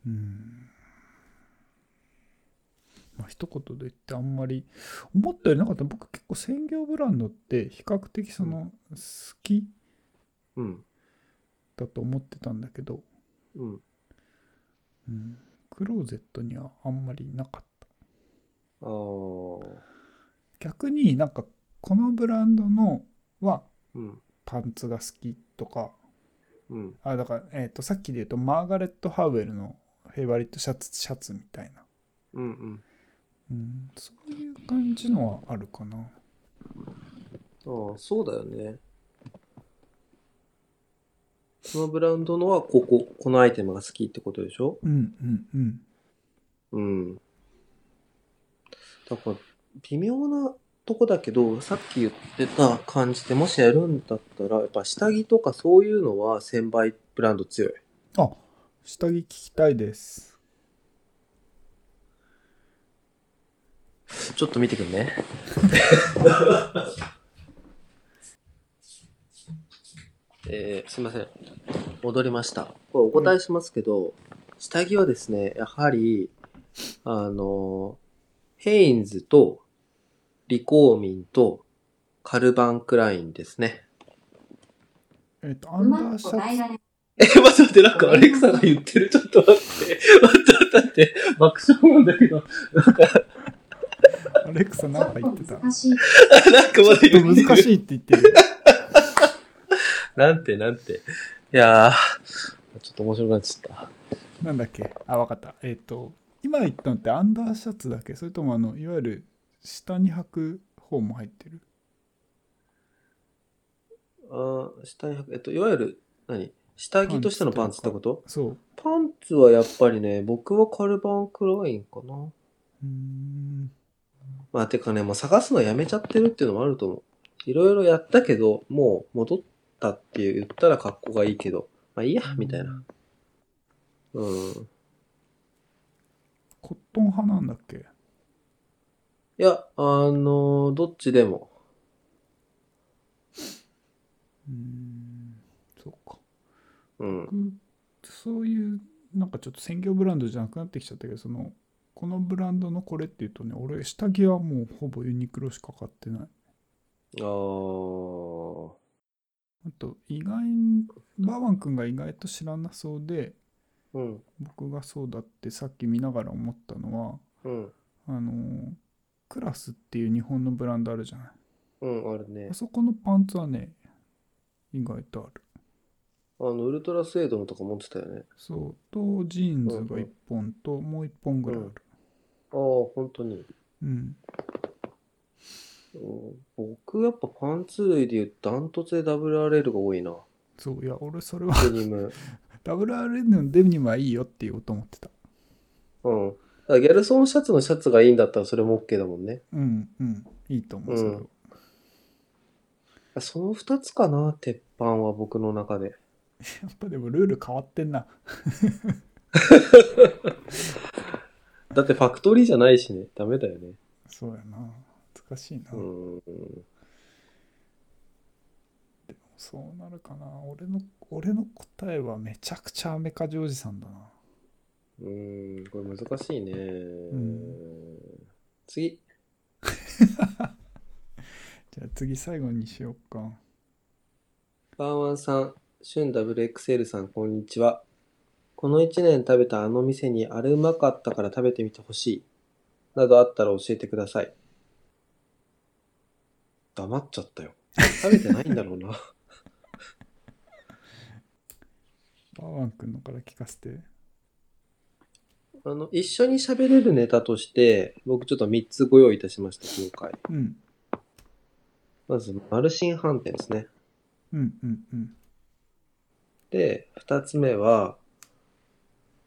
A: うん。まあ一言で言ってあんまり思ったよりなかった。僕結構専業ブランドって比較的その好き
B: うん。
A: だと思ってたんだけど、
B: うん。
A: うん、クローゼットにはあんまりなかった。
B: ああ。
A: 逆になんかこのブランドのは
B: うん。
A: パンツが好きとか、
B: うん。
A: あ、だから、えっ、と、さっきで言うと、マーガレット・ハウエルのフェイバリットシャツ、シャツみたいな。
B: うんうん。
A: うん、そういう感じのはあるかな。
B: ああ、そうだよね。そのブランドのはここ、このアイテムが好きってことでしょ
A: うんうんうん。
B: うん。だから、微妙なとこだけど、さっき言ってた感じで、もしやるんだったら、やっぱ下着とかそういうのは1000倍ブランド強い。
A: あ、下着聞きたいです。
B: ちょっと見てくるね。 *laughs* えーすいません。戻りました。これお答えしますけど、下着はですね、やはり、あの、ヘインズと、リコーミンと、カルバンクラインですね。
A: えっ、と、ア
C: う
A: ンダ
C: ま
A: ー
C: く
A: シャ
C: 答え
A: ツ。
C: られ
B: え、待って待って、なんかアレクサが言ってる。ちょっと待って。 *laughs* 待って待って待って。爆笑なんだけど。
A: アレクサ
C: ち
A: な
C: ょ
A: ん
C: っ
A: か
C: と
A: 言ってた。
C: 難しい。
B: あ *laughs* なんかまだ
A: ちょっと難
B: い。
A: しいって言ってる。
B: *laughs* なんてなんて。いやー、ちょっと面白くなっちゃった。
A: なんだっけあ、わかった。えっ、と、今言ったのってアンダーシャツだっけそれとも、あの、いわゆる下に履く方も入ってる。
B: あー下に履く、えっと、いわゆる、何下着としてのパンツってこと
A: そう。
B: パンツはやっぱりね、僕はカルバンクラインかな。
A: うーん。
B: まあ、てかね、もう探すのやめちゃってるっていうのもあると思う。いろいろやったけど、もう戻ったっていう言ったら格好がいいけど、まあいいや、みたいな。。うん。
A: コットン派なんだっけ
B: いや、あのどっちでも。
A: うーん。そうか。
B: うん。
A: 僕そういうなんかちょっと専業ブランドじゃなくなってきちゃったけどそのこのブランドのこれっていうとね俺下着はもうほぼユニクロしか買ってない
B: あー。
A: あと意外にバーワン君が意外と知らなそうで
B: うん。
A: 僕がそうだってさっき見ながら思ったのは
B: うん。
A: あのークラスっていう日本のブランドあるじゃない
B: うん、あるね
A: あ。そこのパンツはね意外とある
B: あの、ウルトラセードのとか持ってたよね。
A: そうとジーンズが
B: うんうん
A: 1本ともう1本ぐらいある
B: ああ、本当に。
A: うん
B: うん僕やっぱパンツ類で言うとダントツで WRL が多いな。
A: そういや俺それは *laughs*
B: デニム。
A: WRN のデニムはいいよって言おうと思ってた
B: うん。だからギャルソンシャツのシャツがいいんだったらそれも OK だもんね。
A: うんうんいいと思う
B: うん
A: それは
B: その二つかな、鉄板は僕の中で。
A: やっぱでもルール変わってんな
B: だってファクトリーじゃないしね。ダメだよね。
A: そうやな難しいな、
B: うん。
A: そうなるかな俺の俺の答えはめちゃくちゃアメカジおじさんだな
B: うん、これ難しいね。
A: んじ
B: 次。
A: ゃあ次最後にしようか
B: バーワンさん、シュン WXL さん、こんにちは。この1年食べたあの店にあれうまかったから食べてみてほしい。などあったら教えてください。黙っちゃったよ。食べてないんだろうな。 *laughs*
A: バーワン君のから聞かせて
B: あの、一緒に喋れるネタとして、僕ちょっと3つご用意いたしました、今回。
A: うん
B: まず、マルシン飯店ですね。
A: うんうんうん
B: で、2つ目は、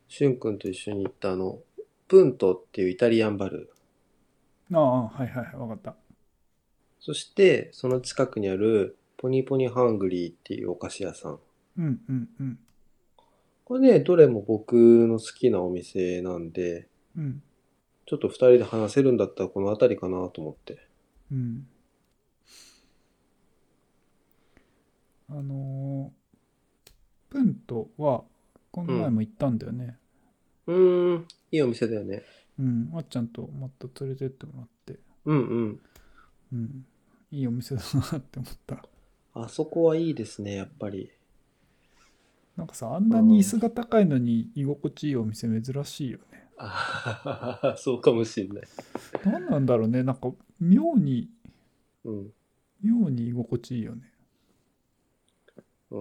B: シュン君と一緒に行ったあの、プントっていうイタリアンバル。
A: ああはいはいはい分かった
B: そして、その近くにある、ポニーポニーハングリーっていうお菓子屋さん。
A: うんうんうん
B: これね、どれも僕の好きなお店なんで、
A: うん
B: ちょっと二人で話せるんだったらこの辺りかなと思って。
A: うんあのー、プントはこの前も行ったんだよね
B: うーん、いいお店だよね。
A: うん、あっちゃんとまた連れてってもらって
B: うんうん。
A: うんいいお店だなって思った
B: あそこはいいですね、やっぱり。
A: なんかさあんなに椅子が高いのに居心地いいお店珍しいよね。
B: あそうかもしれない。
A: 何なんだろうねなんか妙に
B: うん。
A: 妙に居心地いいよね。
B: う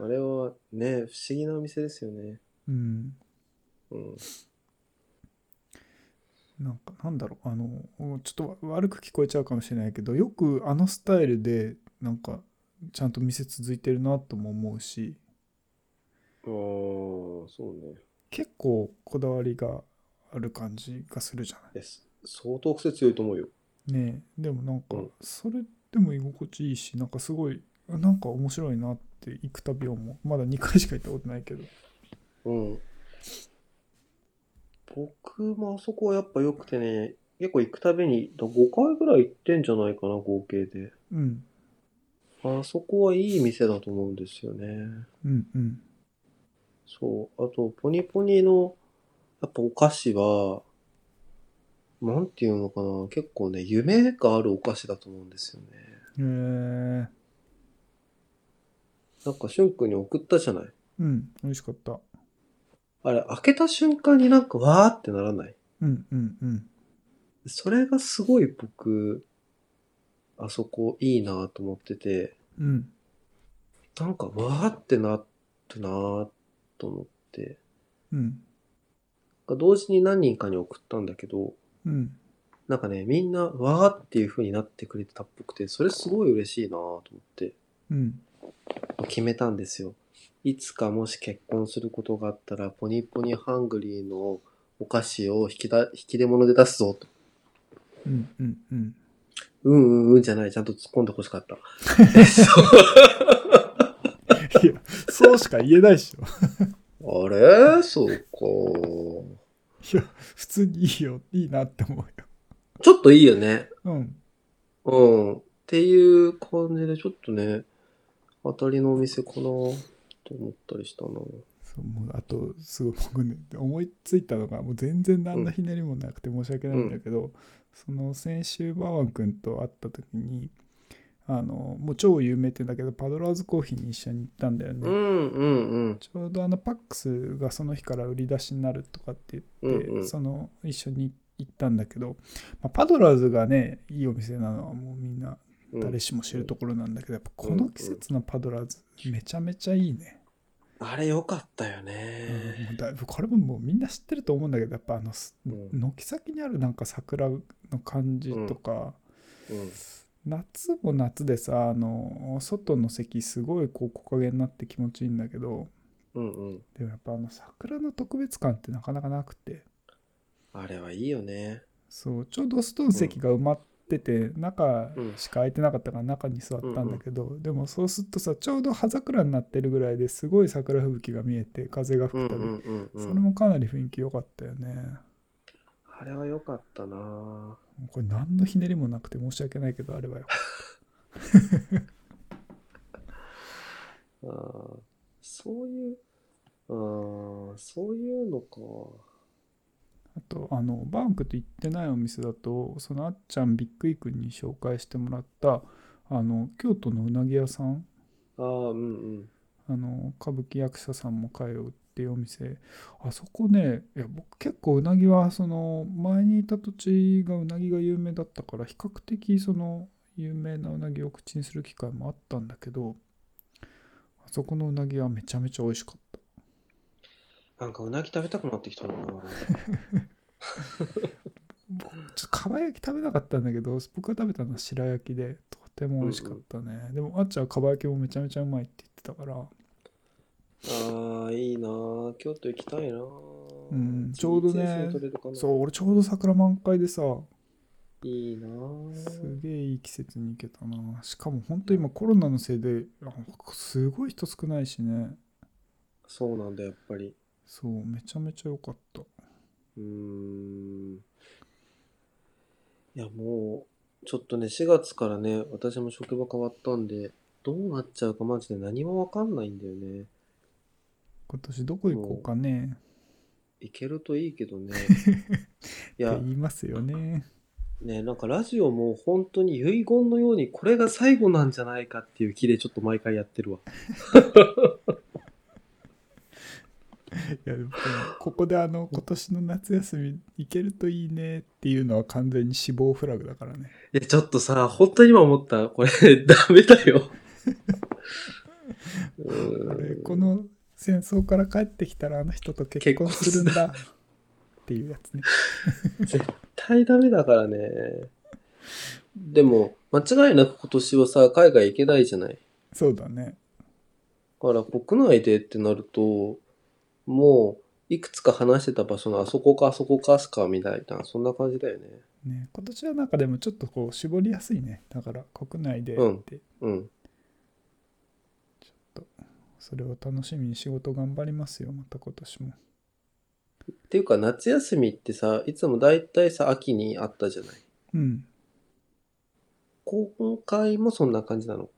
B: ん、あれはね、不思議なお店ですよね。
A: うん。
B: うん。
A: なんかなんだろうあのちょっと悪く聞こえちゃうかもしれないけどよくあのスタイルでなんかちゃんと店続いてるなとも思うし
B: ああ、そうね。
A: 結構こだわりがある感じがするじゃない
B: や、す相当癖強いと思うよ。
A: ねえでもなんか
B: うん
A: それでも居心地いいしなんかすごいなんか面白いなって行くたび思うまだ2回しか行ったことないけど
B: うん。僕もあそこはやっぱ良くてね、結構行くたびに、だ5回ぐらい行ってんじゃないかな、合計で。
A: うん
B: あそこはいい店だと思うんですよね。
A: うんうん
B: そう。あと、ポニポニの、やっぱお菓子は、なんていうのかな、結構ね、夢があるお菓子だと思うんですよね。
A: へえ
B: なんか、しゅんくんに送ったじゃない。
A: うん美味しかった
B: あれ、開けた瞬間になんか、わーってならない。
A: うんうんうん
B: それがすごい僕、あそこいいなと思ってて、
A: うん
B: なんか、わーってなってなーと思って、
A: うん
B: 同時に何人かに送ったんだけど、
A: うん
B: なんかね、みんな、わーっていう風になってくれてたっぽくて、それすごい嬉しいなと思って、
A: うん
B: 決めたんですよ。いつかもし結婚することがあったら、ポニポニハングリーのお菓子を引きだ、引き出物で出すぞと。
A: うんうんうん
B: うんうんうんじゃない、ちゃんと突っ込んでほしかった。えそう
A: いやそうしか言えないでしょ
B: あれそうか。
A: いや普通にいいよいいなって思うよ
B: ちょっといいよね。
A: うん
B: うん。っていう感じで、ちょっとね、当たりのお店かなと思ったりしたな。
A: そうもうあとすごい僕ね思いついたのがもう全然何のひねりもなくて申し訳ないんだけど、その先週バーワン君と会った時にあのもう超有名店だけどパドラーズコーヒーに一緒に行ったんだよね、
B: うんうんうん。
A: ちょうどあのパックスがその日から売り出しになるとかって言って、
B: うんうん
A: その一緒に行ったんだけど、まあ、パドラーズがねいいお店なのはもうみんな
B: うん
A: 誰しも知るところなんだけどやっぱこの季節のパドラーズめちゃめちゃいいね。
B: あれ良かったよ
A: うん
B: ね。
A: もうだいぶこれももうみんな知ってると思うんだけどやっぱあのす
B: うん
A: 軒先にあるなんか桜の感じとか、
B: うん。
A: 夏も夏でさあの外の席すごいこう木陰になって気持ちいいんだけど
B: うんうん。
A: でもやっぱあの桜の特別感ってなかなかなくて
B: あれはいいよね。
A: そうちょうどストーン席が埋まってて、中しか空いてなかったから中に座ったんだけど、でもそうするとさちょうど葉桜になってるぐらいですごい桜吹雪が見えて風が
B: うん
A: 吹く
B: う
A: たび、
B: んうんう
A: それ
B: ん。
A: もかなり雰囲気良かったよね。
B: あれは良かったな
A: これ何のひねりもなくて申し訳ないけどあれは
B: *laughs*
A: よ。
B: あーそういう、あーそういうのか。
A: あとあのバンクと行ってないお店だとそのあっちゃんびっくりくんに紹介してもらったあの京都のうなぎ屋さん
B: ああ、うん
A: あの歌舞伎役者さんも通うっていうお店あそこねいや僕結構うなぎはその前にいた土地がうなぎが有名だったから比較的その有名なうなぎを口にする機会もあったんだけどあそこのうなぎはめちゃめちゃ美味しかった。
B: うん。なんかうなぎ食べたくなってきた
A: ち
B: な
A: ょっとかば焼き食べなかったんだけど僕が食べたのは白焼きでとても美味しかったね、でもあっちゃんはかば焼きもめちゃめちゃうまいって言ってたから、
B: ああ、いいな京都行きたいな
A: うんちょうどね
B: いつ休み取れるかな
A: そう俺ちょうど桜満開でさ
B: いいな
A: すげえいい季節に行けたなしかも本当今コロナのせいであすごい人少ないしね
B: そうなんだ、やっぱり。
A: そうめちゃめちゃ良かった
B: うーんいや、もう、ちょっとね、4月からね、私も職場変わったんで、どうなっちゃうかマジで何もわかんないんだよね。
A: 今年どこ行こうかね
B: いけるといいけ
A: *laughs*
B: どね。い
A: って
B: や、
A: 言いますよね
B: ね、なんかラジオも本当に遺言のように、これが最後なんじゃないかっていう気でちょっと毎回やってるわ。
A: いやでもここであの今年の夏休み行けるといいねっていうのは完全に死亡フラグだからね
B: いや、ちょっとさ、本当に今思った。これ、 *laughs* ダメだよ。う
A: あ
B: ー
A: れ
B: ん
A: この戦争から帰ってきたらあの人と結婚するんだっていうやつね。
B: 絶対ダメだからね。でも、間違いなく今年はさ、海外行けないじゃない。
A: そうだね。
B: だから国内でってなると、もう、いくつか話してた場所のあそこかあそこかすかみたいな、そんな感じだよね。
A: ね今年はなんかでもちょっとこう絞りやすいね。だから国内で
B: うん
A: って、
B: うん。
A: それを楽しみに仕事頑張りますよ、また今年も。
B: っていうか、夏休みってさ、いつもだいたいさ、秋にあったじゃない。
A: うん。
B: 今回もそんな感じなの。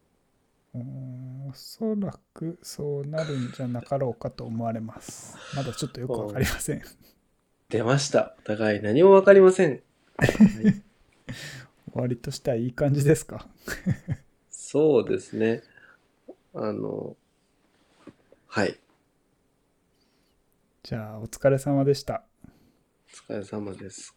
A: うーんおそらくそうなるんじゃなかろうかと思われます。まだちょっとよくわかりません。
B: 出ました。お互い何もわかりません。
A: 終わりとしてはいい感じですか。
B: そうですね。あの、はい。
A: じゃあお疲れ様でした。
B: お疲れ様です。